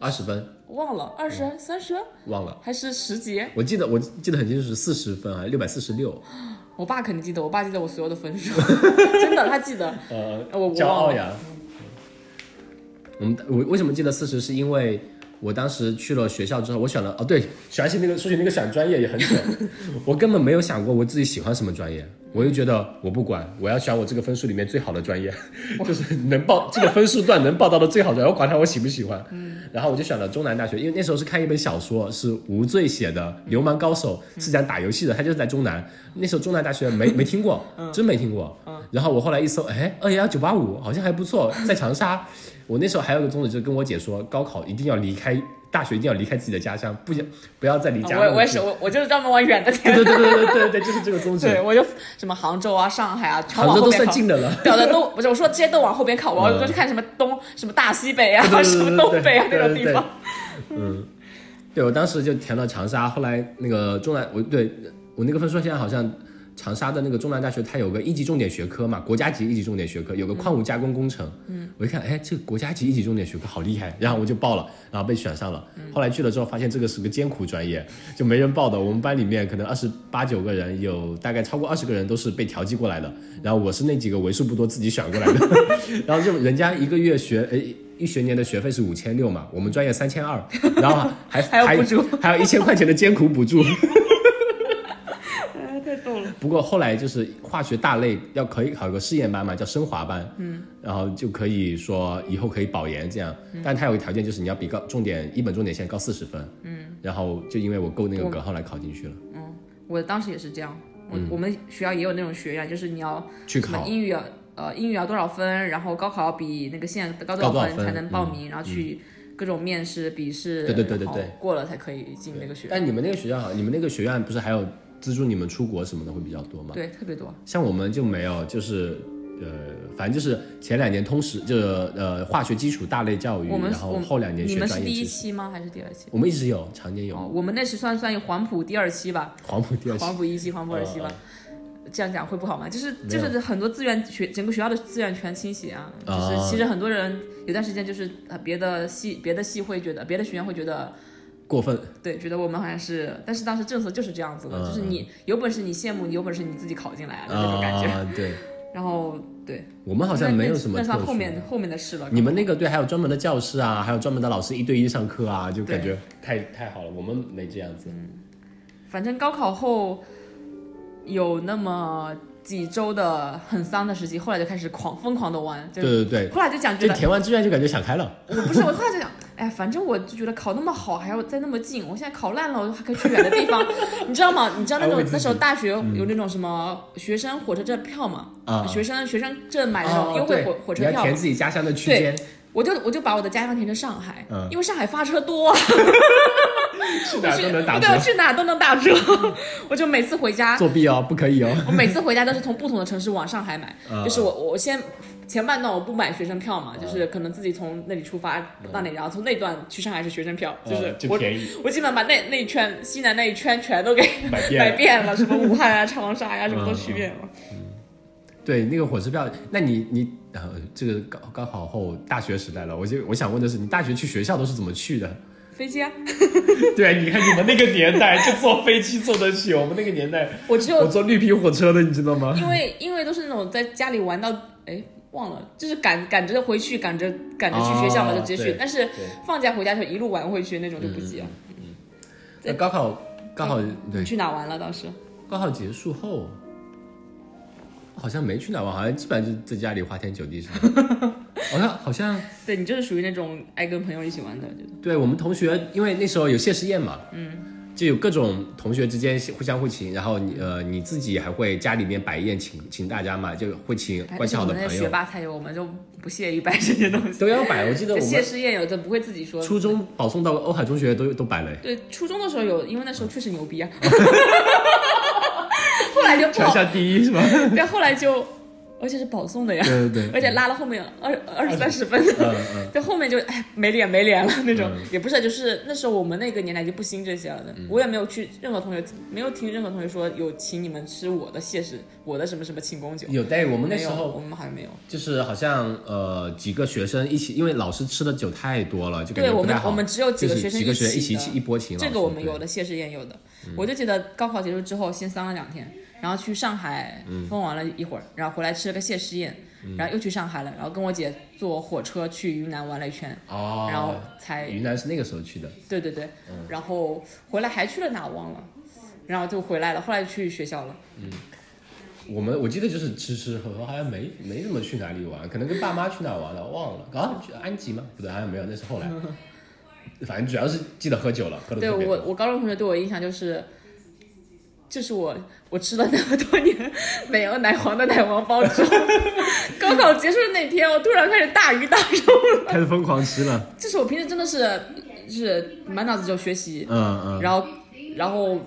[SPEAKER 1] 二十分，
[SPEAKER 2] 忘了二十三十
[SPEAKER 1] 忘了。
[SPEAKER 2] 还是十几？
[SPEAKER 1] 我记得我记得很清楚是四十分还是六百四十六，
[SPEAKER 2] 我爸肯定记得，我爸记得我所有的分数， 真的他记得。
[SPEAKER 1] 呃
[SPEAKER 2] 我我
[SPEAKER 1] 骄傲
[SPEAKER 2] 忘
[SPEAKER 1] 呀。我们我为什么记得四十？是因为我当时去了学校之后，我选了哦，对，想起那个数学那个选专业也很扯，我根本没有想过我自己喜欢什么专业，我就觉得我不管，我要选我这个分数里面最好的专业， 就是能 报这个分数段能报到的最好专业，我管他我喜不喜欢。
[SPEAKER 2] 嗯
[SPEAKER 1] 然后我就选了中南大学，因为那时候是看一本小说，是吴罪写的《流氓高手》，
[SPEAKER 2] 嗯
[SPEAKER 1] 是讲打游戏的，他就是在中南。那时候中南大学 没没听过，真没听过。
[SPEAKER 2] 嗯
[SPEAKER 1] 然后我后来一搜，哎，二幺幺九八五好像还不错，在长沙。我那时候还有个宗旨，就是跟我姐说，高考一定要离开大学，一定要离开自己的家乡，不想不要再离
[SPEAKER 2] 啊
[SPEAKER 1] 家。
[SPEAKER 2] 我也我也是，。我我就是专门往远的
[SPEAKER 1] 对
[SPEAKER 2] 填。
[SPEAKER 1] 对对对对对对，就是这个宗旨
[SPEAKER 2] 对，。我就什么杭州啊、上海啊，全
[SPEAKER 1] 杭
[SPEAKER 2] 往
[SPEAKER 1] 州
[SPEAKER 2] 后
[SPEAKER 1] 都
[SPEAKER 2] 面
[SPEAKER 1] 算
[SPEAKER 2] 靠。
[SPEAKER 1] 近的了。
[SPEAKER 2] 屌的都不是，我说这些都往后边靠，我
[SPEAKER 1] 嗯
[SPEAKER 2] 要多去看什么东、什么大西北啊
[SPEAKER 1] 对对、对
[SPEAKER 2] 什么东北啊
[SPEAKER 1] 对
[SPEAKER 2] 那种
[SPEAKER 1] 对
[SPEAKER 2] 地方。
[SPEAKER 1] 对，我当时就填了长沙，后来那个中南，我对我那个分数现在好像长沙的那个中南大学，它有个一级重点学科嘛，国家级一级重点学科，有个矿物加工工程。嗯，我一看，哎，这个国家级一级重点学科好厉害，然后我就报了，然后被选上了。
[SPEAKER 2] 嗯
[SPEAKER 1] 后来去了之后，发现这个是个艰苦专业，就没人报的。我们班里面可能二十八九个人，有大概超过二十个人都是被调剂过来的，然后我是那几个为数不多自己选过来 的。然后就人家一个月学，呃，一学年的学费是五千六嘛，我们专业三千二，然后还
[SPEAKER 2] 还有补助，
[SPEAKER 1] 还有一千块钱的艰苦补助。
[SPEAKER 2] 哎，太逗了。
[SPEAKER 1] 不过后来就是化学大类要可以考一个试验班嘛，叫升华班，嗯，然后就可以说以后可以保研这样，
[SPEAKER 2] 嗯
[SPEAKER 1] 但它有个条件就是你要比高重点一本重点线高四十分，嗯，然后就因为我够那个格，后来考进去了，
[SPEAKER 2] 我当时也是这样，我、我们学校也有那种学院，就是你要
[SPEAKER 1] 嗯去
[SPEAKER 2] 什么
[SPEAKER 1] 考
[SPEAKER 2] 英语要呃英语要多少分，然后高考要比那个线高
[SPEAKER 1] 高多少
[SPEAKER 2] 分
[SPEAKER 1] 分嗯
[SPEAKER 2] 才能报名，然后去各种面试、笔试，
[SPEAKER 1] 对对对对
[SPEAKER 2] 然后
[SPEAKER 1] 对
[SPEAKER 2] 过了才可以进那个学院。
[SPEAKER 1] 但你们那个学校好，你们那个学院不是还有资助你们出国什么的会比较多吗？
[SPEAKER 2] 对，特别多。
[SPEAKER 1] 像我们就没有，就是呃，反正就是前两年通识，就是呃化学基础大类教育，
[SPEAKER 2] 我们
[SPEAKER 1] 然后
[SPEAKER 2] 我们
[SPEAKER 1] 后两年
[SPEAKER 2] 你
[SPEAKER 1] 学
[SPEAKER 2] 们是
[SPEAKER 1] 专业
[SPEAKER 2] 第一
[SPEAKER 1] 知识。
[SPEAKER 2] 期吗？还是第二期？
[SPEAKER 1] 我们一直有，常年有
[SPEAKER 2] 哦，我们那是算算黄埔第二期吧，
[SPEAKER 1] 黄埔第二期
[SPEAKER 2] 黄埔一期、黄埔二期
[SPEAKER 1] 呃
[SPEAKER 2] 吧。这样讲会不好吗？就是就是很多资源学整个学校的资源全倾斜啊，就
[SPEAKER 1] 啊
[SPEAKER 2] 是其实很多人有段时间就是呃别的系别的系会觉得别的学院会觉得
[SPEAKER 1] 过分，
[SPEAKER 2] 对，觉得我们好像是，但是当时政策就是这样子的，
[SPEAKER 1] 嗯
[SPEAKER 2] 就是你有本事你羡慕，你有本事你自己考进来的那种感觉。
[SPEAKER 1] 啊，对，
[SPEAKER 2] 然后对，
[SPEAKER 1] 我们好像
[SPEAKER 2] 那
[SPEAKER 1] 没有
[SPEAKER 2] 那
[SPEAKER 1] 什么
[SPEAKER 2] 那
[SPEAKER 1] 特
[SPEAKER 2] 算
[SPEAKER 1] 殊。
[SPEAKER 2] 后面后面的事了。
[SPEAKER 1] 你们那个对，还有专门的教室啊，还有专门的老师一对一上课啊，就感
[SPEAKER 2] 对嗯
[SPEAKER 1] 觉太太好了。我们没这样子，
[SPEAKER 2] 反正高考后有那么几周的很丧的时期，后来就开始狂疯狂的玩，就
[SPEAKER 1] 对对对，
[SPEAKER 2] 后来就讲觉
[SPEAKER 1] 这
[SPEAKER 2] 得
[SPEAKER 1] 填完志愿就感觉想开了，
[SPEAKER 2] 我不是，我后来就想，哎，反正我就觉得考那么好，还要在那么近，我现在考烂了，我还可以去远的地方， 你知道吗？你知道那
[SPEAKER 1] 安慰
[SPEAKER 2] 种
[SPEAKER 1] 自己嗯
[SPEAKER 2] 那时候大学有那种什么学生火车站票嘛？
[SPEAKER 1] 啊
[SPEAKER 2] 学生学生证买的那种
[SPEAKER 1] 哦
[SPEAKER 2] 优惠火
[SPEAKER 1] 对
[SPEAKER 2] 火
[SPEAKER 1] 你
[SPEAKER 2] 车
[SPEAKER 1] 要
[SPEAKER 2] 票
[SPEAKER 1] 填，自己家乡的区
[SPEAKER 2] 对
[SPEAKER 1] 间，
[SPEAKER 2] 我就我就把我的家乡填成上海
[SPEAKER 1] 嗯，
[SPEAKER 2] 因为上海发车多啊，
[SPEAKER 1] 去
[SPEAKER 2] 我
[SPEAKER 1] 哪
[SPEAKER 2] 去
[SPEAKER 1] 都能打嗯折
[SPEAKER 2] 我对，我。啊去哪都能打折， 我就每次回家，
[SPEAKER 1] 作弊哦，不可以哦。
[SPEAKER 2] 我每次回家都是从不同的城市往上海买，
[SPEAKER 1] 嗯
[SPEAKER 2] 就是我我先前半段我不买学生票嘛，就是可能自己从那里出发到那里，然后从那段去上海是学生票， 就是
[SPEAKER 1] 呃嗯就
[SPEAKER 2] 我
[SPEAKER 1] 便宜，
[SPEAKER 2] 我基本上把那那一圈西南那一圈全都给
[SPEAKER 1] 买遍了嗯
[SPEAKER 2] 买遍了，什么武汉啊、长沙呀、什么都去遍了。
[SPEAKER 1] 对，那个火车票，那你你呃，这个高高考后大学时代了，我就我想问的是，你大学去学校都是怎么去的？
[SPEAKER 2] 飞机啊，
[SPEAKER 1] 对啊，你看你们那个年代就坐飞机坐得起，我们那个年代
[SPEAKER 2] 我只
[SPEAKER 1] 我
[SPEAKER 2] 有
[SPEAKER 1] 坐绿皮火车的，你知道 吗？
[SPEAKER 2] 因为因为都是那种在家里玩到哎忘了，就是赶赶着回去，赶着赶着去学校嘛，
[SPEAKER 1] 哦
[SPEAKER 2] 就直接
[SPEAKER 1] 对
[SPEAKER 2] 去。但是
[SPEAKER 1] 对嗯
[SPEAKER 2] 放假回家就一路玩回去那种就不急了。
[SPEAKER 1] 那高考高考对
[SPEAKER 2] 你去哪玩了当时？
[SPEAKER 1] 高考结束后， 好像没去哪玩，好像基本上就在家里花天酒地什么的。好像好像
[SPEAKER 2] 对你就是属于那种爱跟朋友一起玩的，我觉得。
[SPEAKER 1] 对我们同学，因为那时候有谢师宴嘛，嗯，就有各种同学之间互相会请，然后你呃你自己还会家里面摆宴请请大家嘛，就会请关系好的
[SPEAKER 2] 哎我们那
[SPEAKER 1] 朋
[SPEAKER 2] 学
[SPEAKER 1] 友
[SPEAKER 2] 霸才有，我们就不屑于摆这 些东西。
[SPEAKER 1] 都要摆。我记得
[SPEAKER 2] 就
[SPEAKER 1] 我
[SPEAKER 2] 谢
[SPEAKER 1] 们
[SPEAKER 2] 师宴有的不会自己说。
[SPEAKER 1] 初中保送到欧海中学都都摆了，
[SPEAKER 2] 对，初中的时候有，因为那时候确实 牛逼啊。后来就不
[SPEAKER 1] 全
[SPEAKER 2] 好，
[SPEAKER 1] 校第 一是吧？
[SPEAKER 2] 对，后来就，而且是保送的呀，
[SPEAKER 1] 对对 对，
[SPEAKER 2] 而且拉了后面二二十三十分。
[SPEAKER 1] 嗯 嗯
[SPEAKER 2] 就后面就哎没脸没脸了那种，也不是，就是那时候我们那个年代就不兴这些了
[SPEAKER 1] 嗯
[SPEAKER 2] 的。我也没有去任何同学，没有听任何同学说有请你们吃我的谢食，我的什么什么庆功酒。
[SPEAKER 1] 有对，我们那时
[SPEAKER 2] 没有
[SPEAKER 1] 候
[SPEAKER 2] 我们好像没有。
[SPEAKER 1] 就是好像呃几个学生一起，因为老师吃的酒太多了，就感
[SPEAKER 2] 对
[SPEAKER 1] 觉
[SPEAKER 2] 我
[SPEAKER 1] 不
[SPEAKER 2] 们
[SPEAKER 1] 太好。
[SPEAKER 2] 我们只有几
[SPEAKER 1] 就
[SPEAKER 2] 个
[SPEAKER 1] 是
[SPEAKER 2] 学生
[SPEAKER 1] 几个学生一起
[SPEAKER 2] 的
[SPEAKER 1] 一波请老师。
[SPEAKER 2] 这个我们有
[SPEAKER 1] 对嗯
[SPEAKER 2] 的，谢师宴有的。我就记得高考结束之后，先丧了两天，然后去上海
[SPEAKER 1] 嗯
[SPEAKER 2] 疯玩了一会儿，然后回来吃了个谢师宴，然后又去上海了，然后跟我姐坐火车去云南玩了一圈，
[SPEAKER 1] 哦，
[SPEAKER 2] 然后才
[SPEAKER 1] 云南是嗯那个时候去的，
[SPEAKER 2] 对对对，然后回来还去了哪忘了，然后就回来了，后来去学校了。
[SPEAKER 1] 我们我记得就是吃吃喝喝，好像没没怎么去哪里玩，可能跟爸妈去哪儿玩了，忘了。啊，去安吉吗？不对，好像没有，那是 后来。反正主要是记得喝酒了，喝的
[SPEAKER 2] 对
[SPEAKER 1] 特别
[SPEAKER 2] 我
[SPEAKER 1] 多。
[SPEAKER 2] 我高中同学对我印象就是，就是我我吃了那么多年没有奶黄的奶黄包之后， 高考结束的那天，我突然开始大鱼大肉了。
[SPEAKER 1] 开始疯狂吃了，
[SPEAKER 2] 就是我平时真的是就是满脑子只有学习，
[SPEAKER 1] 嗯嗯，
[SPEAKER 2] 然后然后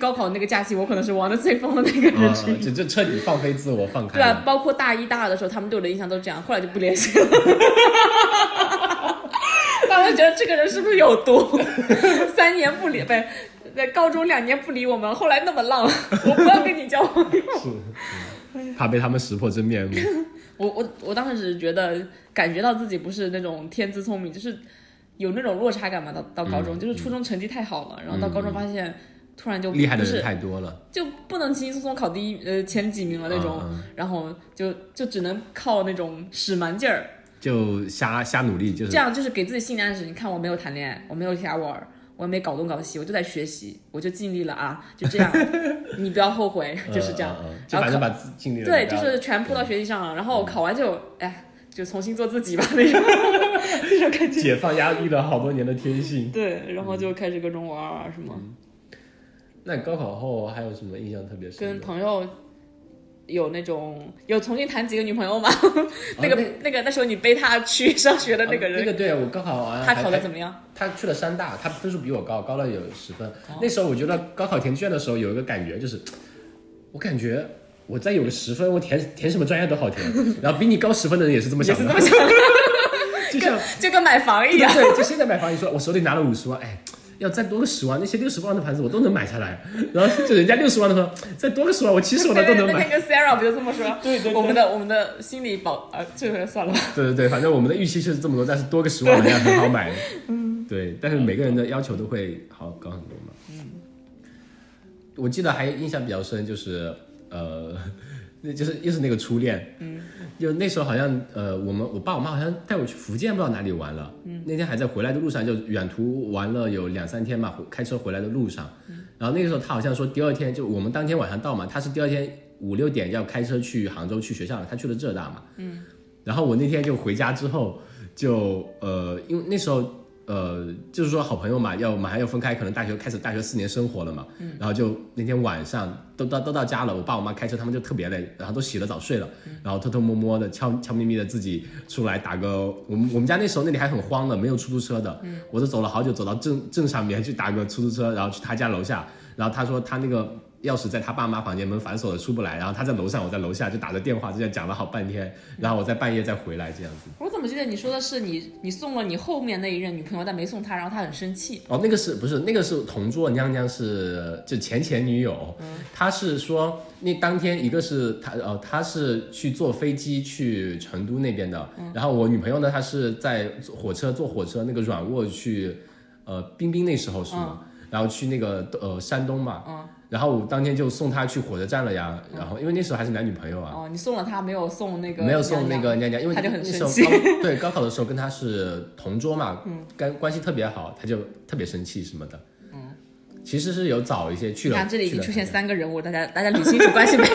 [SPEAKER 2] 高考那个假期，我可能是玩的最疯的那个人之一。
[SPEAKER 1] 嗯就就彻底放飞自我，放开
[SPEAKER 2] 对啊
[SPEAKER 1] 了，。
[SPEAKER 2] 包括大一、大二的时候，他们对我的印象都是这样，后来就不联系了。 然后我就觉得这个人是不是有毒？三年不理，不是在高中两年不理我们，后来那么浪，我不要跟你交往。
[SPEAKER 1] 嗯怕被他们识破真 面目。
[SPEAKER 2] 我我我当时只是觉得感觉到自己不是那种天资聪明，就是有那种落差感嘛。到到高
[SPEAKER 1] 嗯
[SPEAKER 2] 中、就是初中成绩太好了，然后到高中发现、突然就
[SPEAKER 1] 厉害的
[SPEAKER 2] 不是
[SPEAKER 1] 人太多了，
[SPEAKER 2] 就不能轻轻松松考第一呃前几名了那种，
[SPEAKER 1] 嗯
[SPEAKER 2] 然后就就只能靠那种使蛮劲儿，
[SPEAKER 1] 就瞎瞎努力，就是
[SPEAKER 2] 这样就是给自己心理暗示。你看我没有谈恋爱，我没有瞎玩儿，我也没搞东搞西，我就在学习，我就尽力了啊，就 这样，你不要后悔，就是这样。
[SPEAKER 1] 嗯嗯嗯就反
[SPEAKER 2] 然后考
[SPEAKER 1] 正把自尽力了。
[SPEAKER 2] 对，就是全扑到学习上了。然后
[SPEAKER 1] 嗯
[SPEAKER 2] 考完就哎，就重新做自己吧那种 那种 感觉。
[SPEAKER 1] 解嗯放压抑了好多年的天 性。
[SPEAKER 2] 对，然后就开始各种玩儿啊什么，
[SPEAKER 1] 嗯那高考后还有什么印象特别深
[SPEAKER 2] 跟
[SPEAKER 1] 的？
[SPEAKER 2] 朋友有那种有重新谈几个女朋友 吗？那个、
[SPEAKER 1] 啊
[SPEAKER 2] 那个那时候你背他去上学的那个
[SPEAKER 1] 啊那
[SPEAKER 2] 人，
[SPEAKER 1] 个对我高考完
[SPEAKER 2] 他
[SPEAKER 1] 还
[SPEAKER 2] 考的
[SPEAKER 1] 还
[SPEAKER 2] 怎么样？
[SPEAKER 1] 他去了山大，他分数比我高，高了有十分。
[SPEAKER 2] 哦
[SPEAKER 1] 那时候我觉得高考填志愿的时候有一个感觉，就是我感觉我再有个十分，我填填什么专业都好 填。然后比你高十分的人也是这么
[SPEAKER 2] 也
[SPEAKER 1] 想
[SPEAKER 2] 是这
[SPEAKER 1] 的
[SPEAKER 2] 么，想，
[SPEAKER 1] 就像
[SPEAKER 2] 就跟买房一样。
[SPEAKER 1] 对，就现在买房，你说我手里拿了五十万，哎。要再多个十万，那些六十万的盘子我都能买下来。然后就人家六十万的时候，再多个十万，我七十万的都
[SPEAKER 2] 对，
[SPEAKER 1] 能
[SPEAKER 2] 那
[SPEAKER 1] 买
[SPEAKER 2] 那。个 Sarah 不就这么说？对对我们的我们的心理保啊，这个算了吧。
[SPEAKER 1] 对对对，反正我们的预期是这么多，但是多个十万好像很好买。 嗯，对，但是每个人的要求都会好高很多嘛。嗯，我记得还印象比较深就是呃， 那就是又是那个初恋。嗯，就那时候好像呃，我们我爸我妈好像带我去福建，不知道哪里玩了。嗯，那天还在回来的路上，就远途玩了有两三天嘛，回开车回来的路上。然后那个时候他好像说第二天就我们当天晚上到嘛，他是第二天五六点要开车去杭州去学校了，他去了浙大嘛。然后我那天就回家之后，就呃，因为那时候呃，就是说好朋友嘛，要马上要分开，可能大学开始大学四年生活了嘛，然后就那天晚上都到都到家了，我爸我妈开车，他们就特别累，然后都洗了澡睡了，然后偷偷摸摸的悄悄咪咪的自己出来打个，我们我们家那时候那里还很荒的，没有出租车的，我都走了好久，走到镇镇上面去打个出租车，然后去他家楼下，然后他说他那个。钥匙在他爸妈房间，门反锁了，出不来。然后他在楼上，我在楼下，就打着电话，就这样讲了好半天。然后我在半夜再回来，这样子。
[SPEAKER 2] 我怎么记得你说的是你你送了你后面那一任女朋友，但没送她，然后她很生气。
[SPEAKER 1] 哦，那个是不是那个是同桌娘娘是就前前女友，她是说那当天一个是她呃她是去坐飞机去成都那边的，然后我女朋友呢她是在坐火车坐火车那个软卧去，呃冰冰那时候是吗？然后去那个呃山东嘛，
[SPEAKER 2] 嗯
[SPEAKER 1] 然后我当天就送她去火车站了呀，然后因为那时候还是男女朋友啊，
[SPEAKER 2] 哦，你送了她，没有送那个，
[SPEAKER 1] 没有送那个娘娘，因为
[SPEAKER 2] 他就
[SPEAKER 1] 那
[SPEAKER 2] 很
[SPEAKER 1] 时候
[SPEAKER 2] 生
[SPEAKER 1] 高
[SPEAKER 2] 气。嗯
[SPEAKER 1] 对高考 的时候跟他是同桌嘛，关关系特别好，他就特别生气什么的。嗯，其实是有早一些去
[SPEAKER 2] 你
[SPEAKER 1] 了。
[SPEAKER 2] 看这里已
[SPEAKER 1] 去
[SPEAKER 2] 经
[SPEAKER 1] 了
[SPEAKER 2] 出现
[SPEAKER 1] 参加
[SPEAKER 2] 三个人物，大家大家捋清楚关系没有？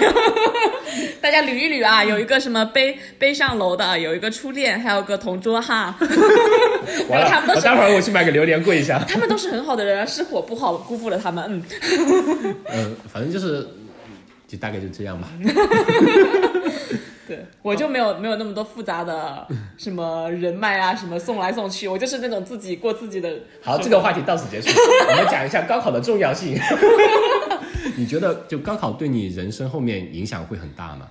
[SPEAKER 2] 大家捋一捋啊，有一个什么背背上楼的，有一个初恋，还有个同桌哈。
[SPEAKER 1] 完
[SPEAKER 2] 他们
[SPEAKER 1] 了，我
[SPEAKER 2] 都是
[SPEAKER 1] 待会儿我去买个榴莲跪一下。
[SPEAKER 2] 他们都是很好的人，是我不好辜负了他们。嗯，
[SPEAKER 1] 嗯，反正就是，就大概就这样吧。
[SPEAKER 2] 对我就没有没有那么多复杂的什么人脉啊，什么送来送去，我就是那种自己过自己的。
[SPEAKER 1] 好，这个话题到此结束。我们讲一下高考的重要性。 你觉得就高考对你人生后面影响会很大吗？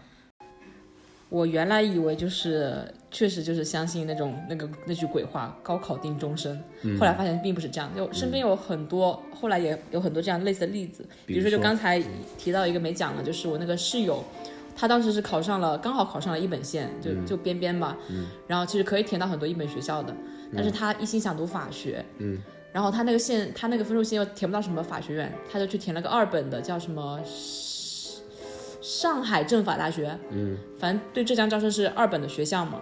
[SPEAKER 2] 我原来以为就是确实就是相信那种那个那句鬼话“高考定终身”，后来发现并不是这样。就身边有很多，后来也有很多这样类似的例子。
[SPEAKER 1] 比
[SPEAKER 2] 比
[SPEAKER 1] 如
[SPEAKER 2] 如
[SPEAKER 1] 说
[SPEAKER 2] 说，就刚才提到一个没讲了，就是我那个室友，他当时是考上了，刚好考上了一本线，就、就边边嘛。然后其实可以填到很多一本学校的，但是他一心想读法学。嗯。然后他那个线，他那个分数线又填不到什么法学院，他就去填了个二本的，叫什么上海政法大学，嗯，反正对浙江招生是二本的学校嘛。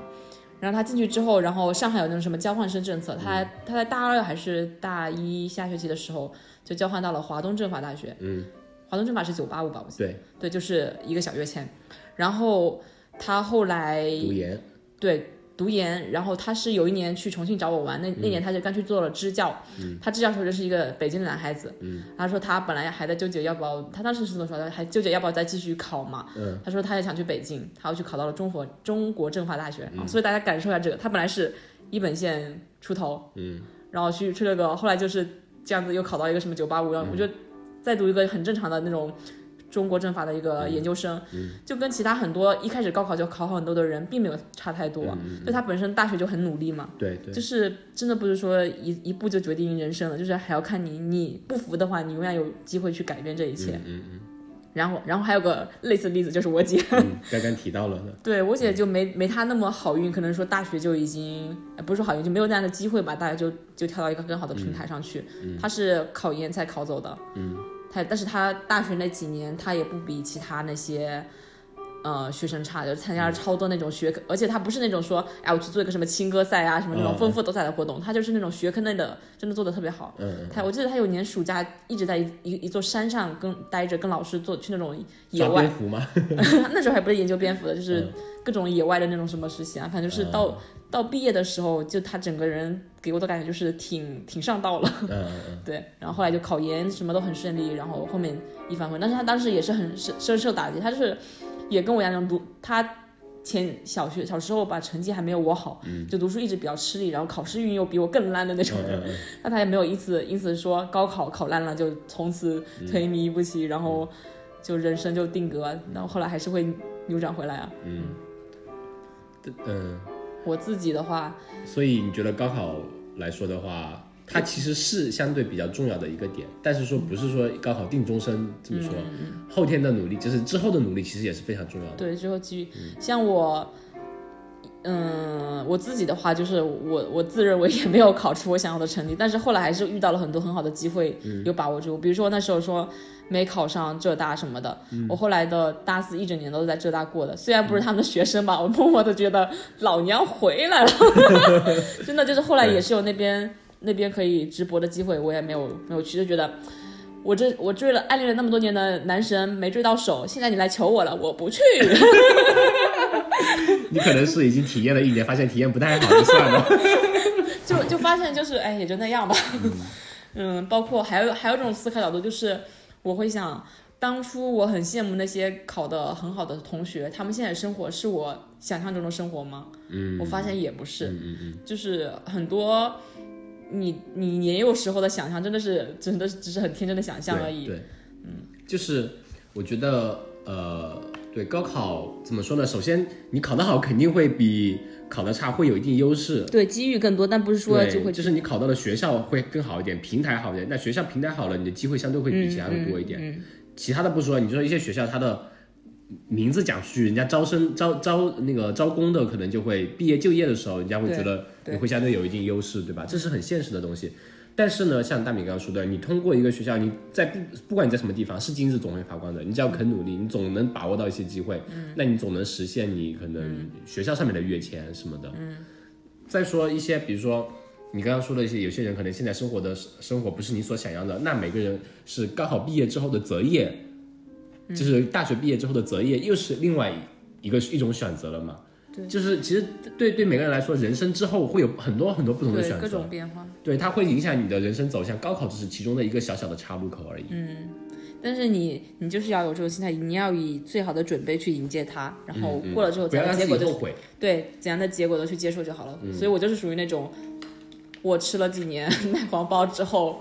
[SPEAKER 2] 然后他进去之后，然后上海有那种什么交换生政策，他还他在大二还是大一下学期的时候就交换到了华东政法大学，
[SPEAKER 1] 嗯，
[SPEAKER 2] 华东政法是九八五吧，我记得，
[SPEAKER 1] 对，
[SPEAKER 2] 对，就是一个小跃迁。然后他后来
[SPEAKER 1] 读研，
[SPEAKER 2] 对读研，然后他是有一年去重庆找我玩，那那
[SPEAKER 1] 嗯
[SPEAKER 2] 年他就刚去做了支教，他支教的时候就是一个北京的男孩子，
[SPEAKER 1] 嗯
[SPEAKER 2] 他说他本来还在纠结要不要，他当时是怎么说的，还纠结要不要再继续考嘛，
[SPEAKER 1] 嗯
[SPEAKER 2] 他说他也想去北京，他要去考到了中国中国政法大学、
[SPEAKER 1] 嗯
[SPEAKER 2] 啊所以大家感受一下这个，他本来是一本线出头，
[SPEAKER 1] 嗯，
[SPEAKER 2] 然后去去了个，后来就是这样子又考到一个什么九八五，
[SPEAKER 1] 嗯
[SPEAKER 2] 然后我就再读一个很正常的那种中国政法的一
[SPEAKER 1] 嗯
[SPEAKER 2] 个研究生，就跟其他很多一开始高考就考很多的人并没有差太多，就他本身大学就很努力嘛，
[SPEAKER 1] 对嗯对
[SPEAKER 2] 就，是真的不是说一一步就决定人生了，就是还要看你你不服的话，你永远有机会去改变这一切。
[SPEAKER 1] 嗯嗯
[SPEAKER 2] 然后，然后还有个类似的例子就是我姐，
[SPEAKER 1] 嗯，刚刚提到了的，
[SPEAKER 2] 对我姐就没没她那么好运，可能说大学就已经呃不是说好运，就没有那样的机会吧，大家就就跳到一个更好的平台上去。她是考研才考走的，嗯，她但是她大学那几年她也不比其他那些。呃，学生差就是参加了超多那种学科，而且她不是那种说，哎，我去做一个什么青歌赛啊，什么
[SPEAKER 1] 嗯
[SPEAKER 2] 那种
[SPEAKER 1] 嗯
[SPEAKER 2] 丰富多彩的活动，她就是那种学科内的，真的做的特别好。
[SPEAKER 1] 嗯，
[SPEAKER 2] 她我记得她有年暑假一直在一一一座山上跟待着，跟老师做去那种野
[SPEAKER 1] 抓
[SPEAKER 2] 外
[SPEAKER 1] 蝙，蝠吗？
[SPEAKER 2] 那时候还不是研究蝙蝠的，就是
[SPEAKER 1] 嗯
[SPEAKER 2] 各种野外的那种什么实习啊，反正就是到、到毕业的时候，就他整个人给我的感觉就是挺挺上道了，
[SPEAKER 1] 嗯嗯嗯，
[SPEAKER 2] 对。然后后来就考研什么都很顺利，然后后面一帆风顺，但是他当时也是很深深受打击，他就是也跟我一样那种读他。前小学小时候吧，成绩还没有我好，
[SPEAKER 1] 嗯
[SPEAKER 2] 就读书一直比较吃力，然后考试运又比我更烂的那种人，
[SPEAKER 1] 嗯嗯嗯
[SPEAKER 2] 那他也没有因此因此说高考考烂了就从此颓靡不起，然后就人生就定格，然后后来还是会扭转回来啊。
[SPEAKER 1] 对嗯，
[SPEAKER 2] 我自己的话，
[SPEAKER 1] 所以你觉得高考来说的话，它其实是相对比较重要的一个点，但是说不是说高考定终身这么说，
[SPEAKER 2] 嗯
[SPEAKER 1] 后天的努力就是之后的努力，其实也是非常重要的。
[SPEAKER 2] 对，之后基于像我，嗯，我自己的话就是我我自认为也没有考出我想要的成绩，但是后来还是遇到了很多很好的机会，有把握住。比如说那时候说没考上浙大什么的，我后来的大四一整年都是在浙大过的，虽然不是他们的学生吧，我默默的觉得老娘回来了， 真的就是后来也是有那边那边可以直播的机会，我也没有没有去，就觉得。我这我追了暗恋了那么多年的男神没追到手，现在你来求我了，我不去。
[SPEAKER 1] 你可能是已经体验了一年，发现体验不太好就算 了。
[SPEAKER 2] 就就发现就是哎，也就那样吧。 嗯，包括还有还有一种思考角度，就是我会想，当初我很羡慕那些考得很好的同学，他们现在的生活是我想象中的生活吗？嗯，我发现也不是，
[SPEAKER 1] 嗯嗯
[SPEAKER 2] 就是很多。你你年幼时候的想象真的是真的是只是很天真的想象而已。
[SPEAKER 1] 对，对嗯，就是我觉得呃，对高考怎么说呢？首先你考得好肯定会比考得差会有一定优势，
[SPEAKER 2] 对机遇更多，但不是说
[SPEAKER 1] 对
[SPEAKER 2] 就会
[SPEAKER 1] 就是你考到的学校会更好一点，平台好一点。那学校平台好了，你的机会相对会
[SPEAKER 2] 嗯
[SPEAKER 1] 比其他的多一点。其他的不说，你说一些学校它的名字讲出去，人家招生招招那个招工的，可能就会毕业就业的时候，人家会觉得
[SPEAKER 2] 对
[SPEAKER 1] 你会相对有一定优势，对吧？这是很现实的东西。但是呢，像大米刚刚说的，你通过一个学校，你在不不管你在什么地方，是金子总会发光的。你只要肯努力，你总能把握到一些机会，那你总能实现你可能学校上面的跃迁什么的。再说一些，比如说你刚刚说的一些，有些人可能现在生活的生活不是你所想要的，那每个人是高考毕业之后的择业，
[SPEAKER 2] 嗯
[SPEAKER 1] 就是大学毕业之后的择业又是另外一个一种选择了嘛。
[SPEAKER 2] 对
[SPEAKER 1] 就是其实对对每个人来说，人生之后会有很多很多不同的
[SPEAKER 2] 对
[SPEAKER 1] 选
[SPEAKER 2] 各
[SPEAKER 1] 择
[SPEAKER 2] 种，变化。
[SPEAKER 1] 对它会影响你的人生走向。高考只是其中的一个小小的岔路口而已。
[SPEAKER 2] 嗯但是你你就是要有这种心态，你要以最好的准备去迎接它，然后过了之后
[SPEAKER 1] 嗯不
[SPEAKER 2] 怎
[SPEAKER 1] 要
[SPEAKER 2] 样
[SPEAKER 1] 让
[SPEAKER 2] 的
[SPEAKER 1] 自
[SPEAKER 2] 结
[SPEAKER 1] 己
[SPEAKER 2] 果就
[SPEAKER 1] 后悔。
[SPEAKER 2] 对怎样的结果都去接受就好
[SPEAKER 1] 嗯
[SPEAKER 2] 了。所以我就是属于那种，我吃了几年 奶黄包之后，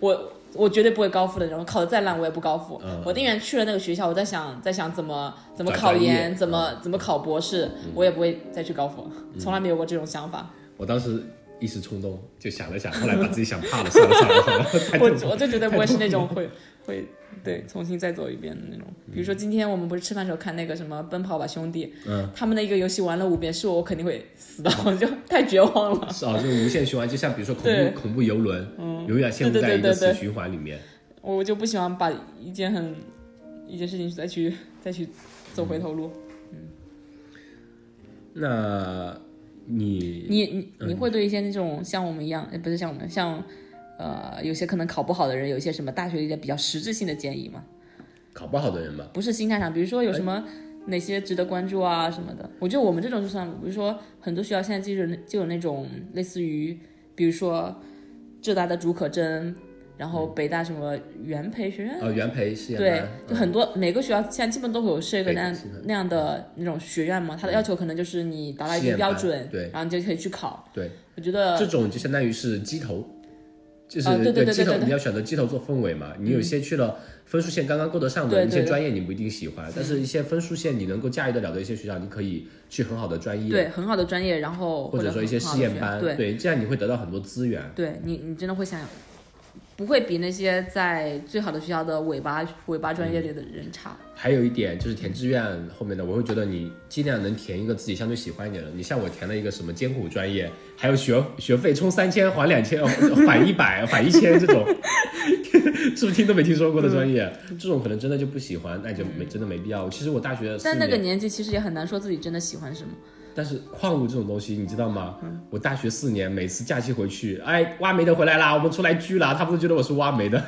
[SPEAKER 2] 我我绝对不会高复的那种，考的再烂我也不高复。
[SPEAKER 1] 嗯
[SPEAKER 2] 我宁愿去了那个学校，我在想在想怎么怎么
[SPEAKER 1] 转
[SPEAKER 2] 考
[SPEAKER 1] 专业
[SPEAKER 2] 研，怎么、
[SPEAKER 1] 嗯
[SPEAKER 2] 怎么考博士，我也不会再去高复， 从来没有过这种想法。
[SPEAKER 1] 我当时一时冲动就想了想，后来把自己想怕了，算了算了算了，太
[SPEAKER 2] 我
[SPEAKER 1] 痛苦了
[SPEAKER 2] 我就绝对不会是那种会会对重新再走一遍的那种。比如说今天我们不是吃饭时候看那个什么《奔跑吧兄弟》，
[SPEAKER 1] 嗯，
[SPEAKER 2] 他们的一个游戏玩了五遍，是我我肯定会死的， 我就太绝望了。
[SPEAKER 1] 是啊，就是无限循环，就像比如说恐
[SPEAKER 2] 对
[SPEAKER 1] 怖恐怖游轮，永远陷入
[SPEAKER 2] 对对
[SPEAKER 1] 在一个
[SPEAKER 2] 对对
[SPEAKER 1] 死循环里面。
[SPEAKER 2] 我我就不喜欢把一件很一件事情再去再去走回头路。
[SPEAKER 1] 那你
[SPEAKER 2] 你你你会对一些那种像我们一样，呃不是像我们像。呃，有些可能考不好的人，有一些什么大学里的比较实质性的建议吗？
[SPEAKER 1] 考不好的人吧，
[SPEAKER 2] 不是心态上，比如说有什么哪些值得关注啊什么的。我觉得我们这种就算，比如说很多学校现在就有那就有那种类似于，比如说浙大的竺可桢，然后北大什么元培学院。
[SPEAKER 1] 呃，元培是呀
[SPEAKER 2] 对
[SPEAKER 1] 嗯，
[SPEAKER 2] 就很多每个学校现在基本都会有设一个那样
[SPEAKER 1] 对是的
[SPEAKER 2] 那样的那种学院嘛，它的要求可能就是你达到
[SPEAKER 1] 嗯实
[SPEAKER 2] 一定
[SPEAKER 1] 验班
[SPEAKER 2] 标准，
[SPEAKER 1] 对
[SPEAKER 2] 然后你就可以去考。
[SPEAKER 1] 对，
[SPEAKER 2] 我觉得
[SPEAKER 1] 这种就相当于是鸡头，就是、
[SPEAKER 2] 呃啊对对对
[SPEAKER 1] 鸡
[SPEAKER 2] 对
[SPEAKER 1] 头
[SPEAKER 2] 对对嗯
[SPEAKER 1] 你要选择鸡头做氛围嘛。你有些去了分数线刚刚够得上的
[SPEAKER 2] 对对
[SPEAKER 1] 一些
[SPEAKER 2] 对
[SPEAKER 1] 专业，你不一定喜欢，但是一些分数线你能够驾驭得了的一些学校，你可以去很好的专业，
[SPEAKER 2] 对很好的专业，然后
[SPEAKER 1] 或者说一些
[SPEAKER 2] 很好的
[SPEAKER 1] 实验
[SPEAKER 2] 学
[SPEAKER 1] 班，
[SPEAKER 2] 对，
[SPEAKER 1] 这样你会得到很多资源。
[SPEAKER 2] 对你，你真的会想，不会比那些在最好的学校的尾巴尾巴
[SPEAKER 1] 嗯
[SPEAKER 2] 专业里的人差。
[SPEAKER 1] 还有一点就是填志愿后面的，我会觉得你尽量能填一个自己相对喜欢一点的。你像我填了一个什么艰苦专业，还有学学费充三千 还两千，返一百返一千这种，是不是听都没听说过的专业？这种可能真的就不喜欢，那就没真的没必要。其实我大学四
[SPEAKER 2] 但那
[SPEAKER 1] 年，
[SPEAKER 2] 个年纪其实也很难说自己真的喜欢什么。
[SPEAKER 1] 但是矿物这种东西你知道吗？我大学四年每次假期回去，哎，挖煤的回来啦，我们出来聚啦，他们都觉得我是挖煤的。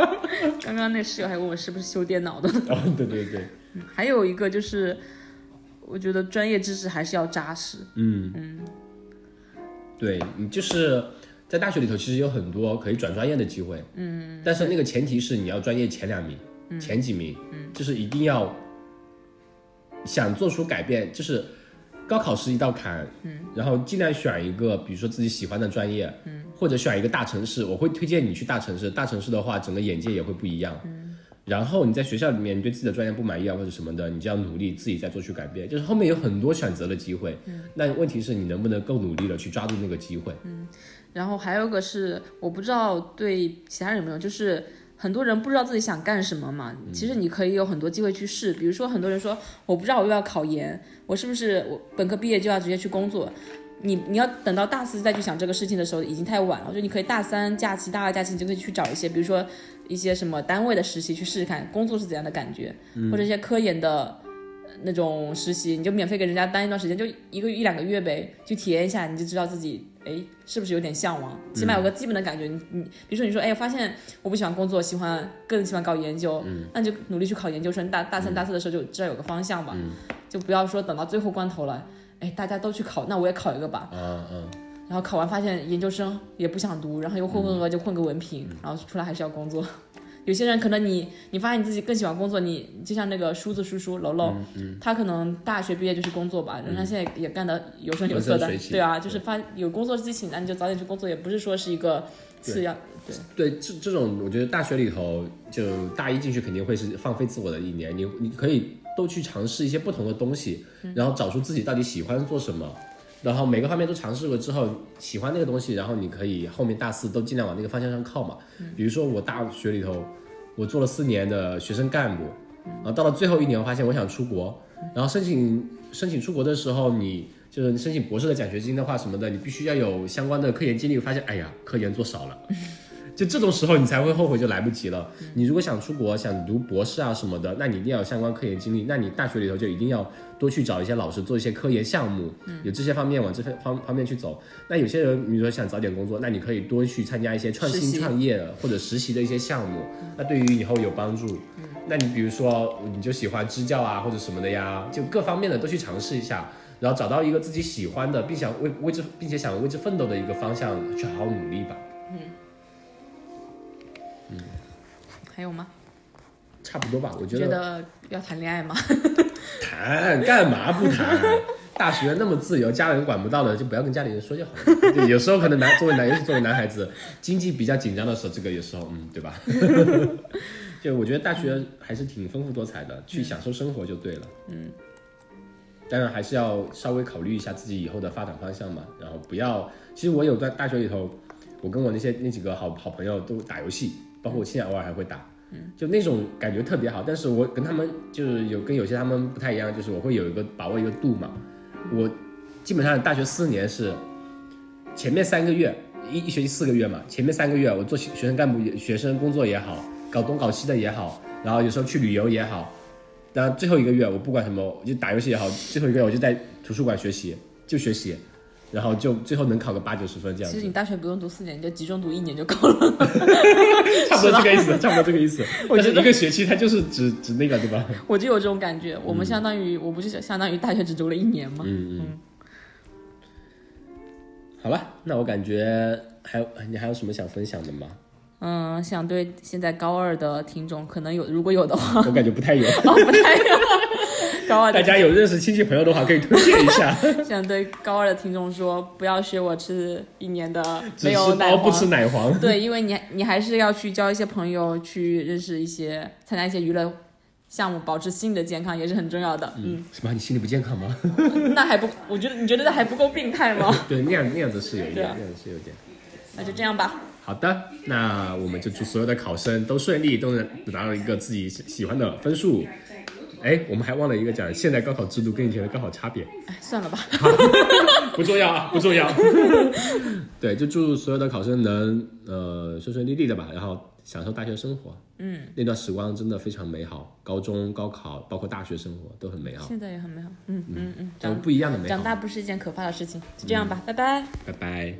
[SPEAKER 2] 刚刚那室友还问我是不是修电脑的。
[SPEAKER 1] 哦，对对对，
[SPEAKER 2] 还有一个就是，我觉得专业知识还是要扎实。
[SPEAKER 1] 对你就是在大学里头，其实有很多可以转专业的机会，嗯，但是那个前提是你要专业前两名，前几名，嗯，就是一定要想做出改变，就是高考是一道坎，嗯，然后尽量选一个，比如说自己喜欢的专业，嗯，或者选一个大城市，我会推荐你去大城市，大城市的话，整个眼界也会不一样，嗯。然后你在学校里面，你对自己的专业不满意啊，或者什么的，你就要努力自己再做出改变。就是后面有很多选择的机会，那问题是你能不能够努力的去抓住那个机会？
[SPEAKER 2] 然后还有一个是，我不知道对其他人有没有，就是很多人不知道自己想干什么嘛。其实你可以有很多机会去试，比如说很多人说，我不知道我又要考研，我是不是我本科毕业就要直接去工作？你你要等到大四再去想这个事情的时候，已经太晚了。就你可以大三假期、大二假期，你就可以去找一些，比如说一些什么单位的实习去试试看，工作是怎样的感觉，或者一些科研的呃那种实习，你就免费给人家当一段时间，就一个一两个月呗，去体验一下，你就知道自己哎是不是有点向往，起码有个基本的感觉。你你比如说你说哎，我发现我不喜欢工作，喜欢更喜欢搞研究，
[SPEAKER 1] 嗯
[SPEAKER 2] 那你就努力去考研究生。大大三大四的时候就知道有个方向吧，
[SPEAKER 1] 嗯
[SPEAKER 2] 就不要说等到最后关头了，哎大家都去考，那我也考一个吧。
[SPEAKER 1] 啊嗯，
[SPEAKER 2] 然后考完发现研究生也不想读，然后又混
[SPEAKER 1] 嗯
[SPEAKER 2] 混合就混个文凭，然后出来还是要工作。 有些人可能你你发现你自己更喜欢工作，你就像那个梳子叔叔楼楼，
[SPEAKER 1] 嗯
[SPEAKER 2] 他可能大学毕业就去工作吧，人家现在也干得有声有色的
[SPEAKER 1] 风生水，起嗯
[SPEAKER 2] 对啊，就是发有工作激情，那你就早点去工作，也不是说是一个次要，对
[SPEAKER 1] 对，这这种我觉得大学里头，就大一进去肯定会是放飞自我的一年，你你可以都去尝试一些不同的东西，然后找出自己到底喜欢做什么。然后每个方面都尝试过之后，喜欢那个东西，然后你可以后面大四都尽量往那个方向上靠嘛。比如说我大学里头，我做了四年的学生干部，然啊后到了最后一年，我发现我想出国，然后申请申请出国的时候，你就是你申 请博士的奖学金的话什么的，你必须要有相关的科研经历。发现哎呀，科研做少了，就这种时候你才会后悔，就来不及了。你如果想出国，想读博士啊什么的，那你一定要有相关科研经历，那你大学里头就一定要多去找一些老师做一些科研项目，
[SPEAKER 2] 嗯
[SPEAKER 1] 有这些方面往这方方方面去走。那有些人，比如说想早点工作，那你可以多去参加一些创
[SPEAKER 2] 实习嗯
[SPEAKER 1] 新创业或者实习的一些项目，那对于以后有帮助。那你比如说，你就喜欢支教啊，或者什么的呀，就各方面的都去尝试一下，然后找到一个自己喜欢的，并想为为之，并且想为之奋斗的一个方向去好好努力吧。
[SPEAKER 2] 还有吗？
[SPEAKER 1] 差不多吧，我觉
[SPEAKER 2] 觉
[SPEAKER 1] 得
[SPEAKER 2] 得要谈恋爱吗？
[SPEAKER 1] 谈干嘛不谈？ 大学那么自由，家人管不到的，就不要跟家里人说就好了。就有时候可能男作为男，尤其作为男孩子，经济比较紧张的时候，这个有时候嗯，对吧？ 就我觉得大学还是挺丰富多彩的，去享受生活就对了。嗯，当然还是要稍微考虑一下自己以后的发展方向嘛，然后不要。其实我有在大学里头，我跟我那些那几个好好朋友都打游戏，包括我现在偶尔还会打。就那种感觉特别好。但是我跟他们就是有跟有些他们不太一样，就是我会有一个把握一个度嘛。我基本上大学四年是前面三个月一一学期四个月嘛，前面三个月我做学学生干部也、学生工作也好，搞东搞西的也好，然后有时候去旅游也好，然后最后一个月我不管什么，我就打游戏也好，最后一个月我就在图书馆学习，就学习。然后就最后能考个八九十分这样
[SPEAKER 2] 其
[SPEAKER 1] 子
[SPEAKER 2] 实，你大学不用读四年，你就集中读一年就够了。
[SPEAKER 1] 差不多这个意思，差不多这个意思。
[SPEAKER 2] 我
[SPEAKER 1] 但是
[SPEAKER 2] 觉得
[SPEAKER 1] 一个学期它就是只只那个对吧？
[SPEAKER 2] 我就有这种感觉，我们相当于、我不是相当于大学只读了一年吗？
[SPEAKER 1] 嗯嗯。好吧，那我感觉还有你还有什么想分享的 吗？
[SPEAKER 2] 嗯，想对现在高二的听众，可能有如果有的话，
[SPEAKER 1] 我感觉不 太有。
[SPEAKER 2] 哦不太高二
[SPEAKER 1] 大
[SPEAKER 2] 的
[SPEAKER 1] 家有认识亲戚朋友的话，可以推荐一 下。
[SPEAKER 2] 想对高二的听众说，不要学我吃一年的
[SPEAKER 1] 只吃
[SPEAKER 2] 没有奶
[SPEAKER 1] 包
[SPEAKER 2] 黄
[SPEAKER 1] 不吃奶 黄。
[SPEAKER 2] 对，因为你你还是要去交一些朋友，去认识一些，参加一些娱乐项目，保持心理的健康也是很重要的。嗯，
[SPEAKER 1] 什么？你心里不健康 吗？
[SPEAKER 2] 那还不，我觉得你觉得那还不够病态吗？
[SPEAKER 1] 对，那样那样子是有一
[SPEAKER 2] 对
[SPEAKER 1] 点
[SPEAKER 2] 啊，
[SPEAKER 1] 那样子是有一点。
[SPEAKER 2] 那就这样吧。
[SPEAKER 1] 好的，那我们就祝所有的考生都顺利，都能拿到一个自己喜喜欢的分数。哎，我们还忘了一个讲，现在高考制度跟以前的高考差别。
[SPEAKER 2] 哎，算 了吧。
[SPEAKER 1] 不重要啊，不重要。 对，就祝所有的考生能呃顺顺利利的吧，然后享受大学生活。嗯，那段时光真的非常美好，高中、高考，包括大学生活都很美好，
[SPEAKER 2] 现在也很美好。嗯嗯嗯，
[SPEAKER 1] 都
[SPEAKER 2] 长
[SPEAKER 1] 不一样的美
[SPEAKER 2] 长
[SPEAKER 1] 好。嗯
[SPEAKER 2] 大不是一件可怕的事情。就这样吧，拜拜。
[SPEAKER 1] 拜拜。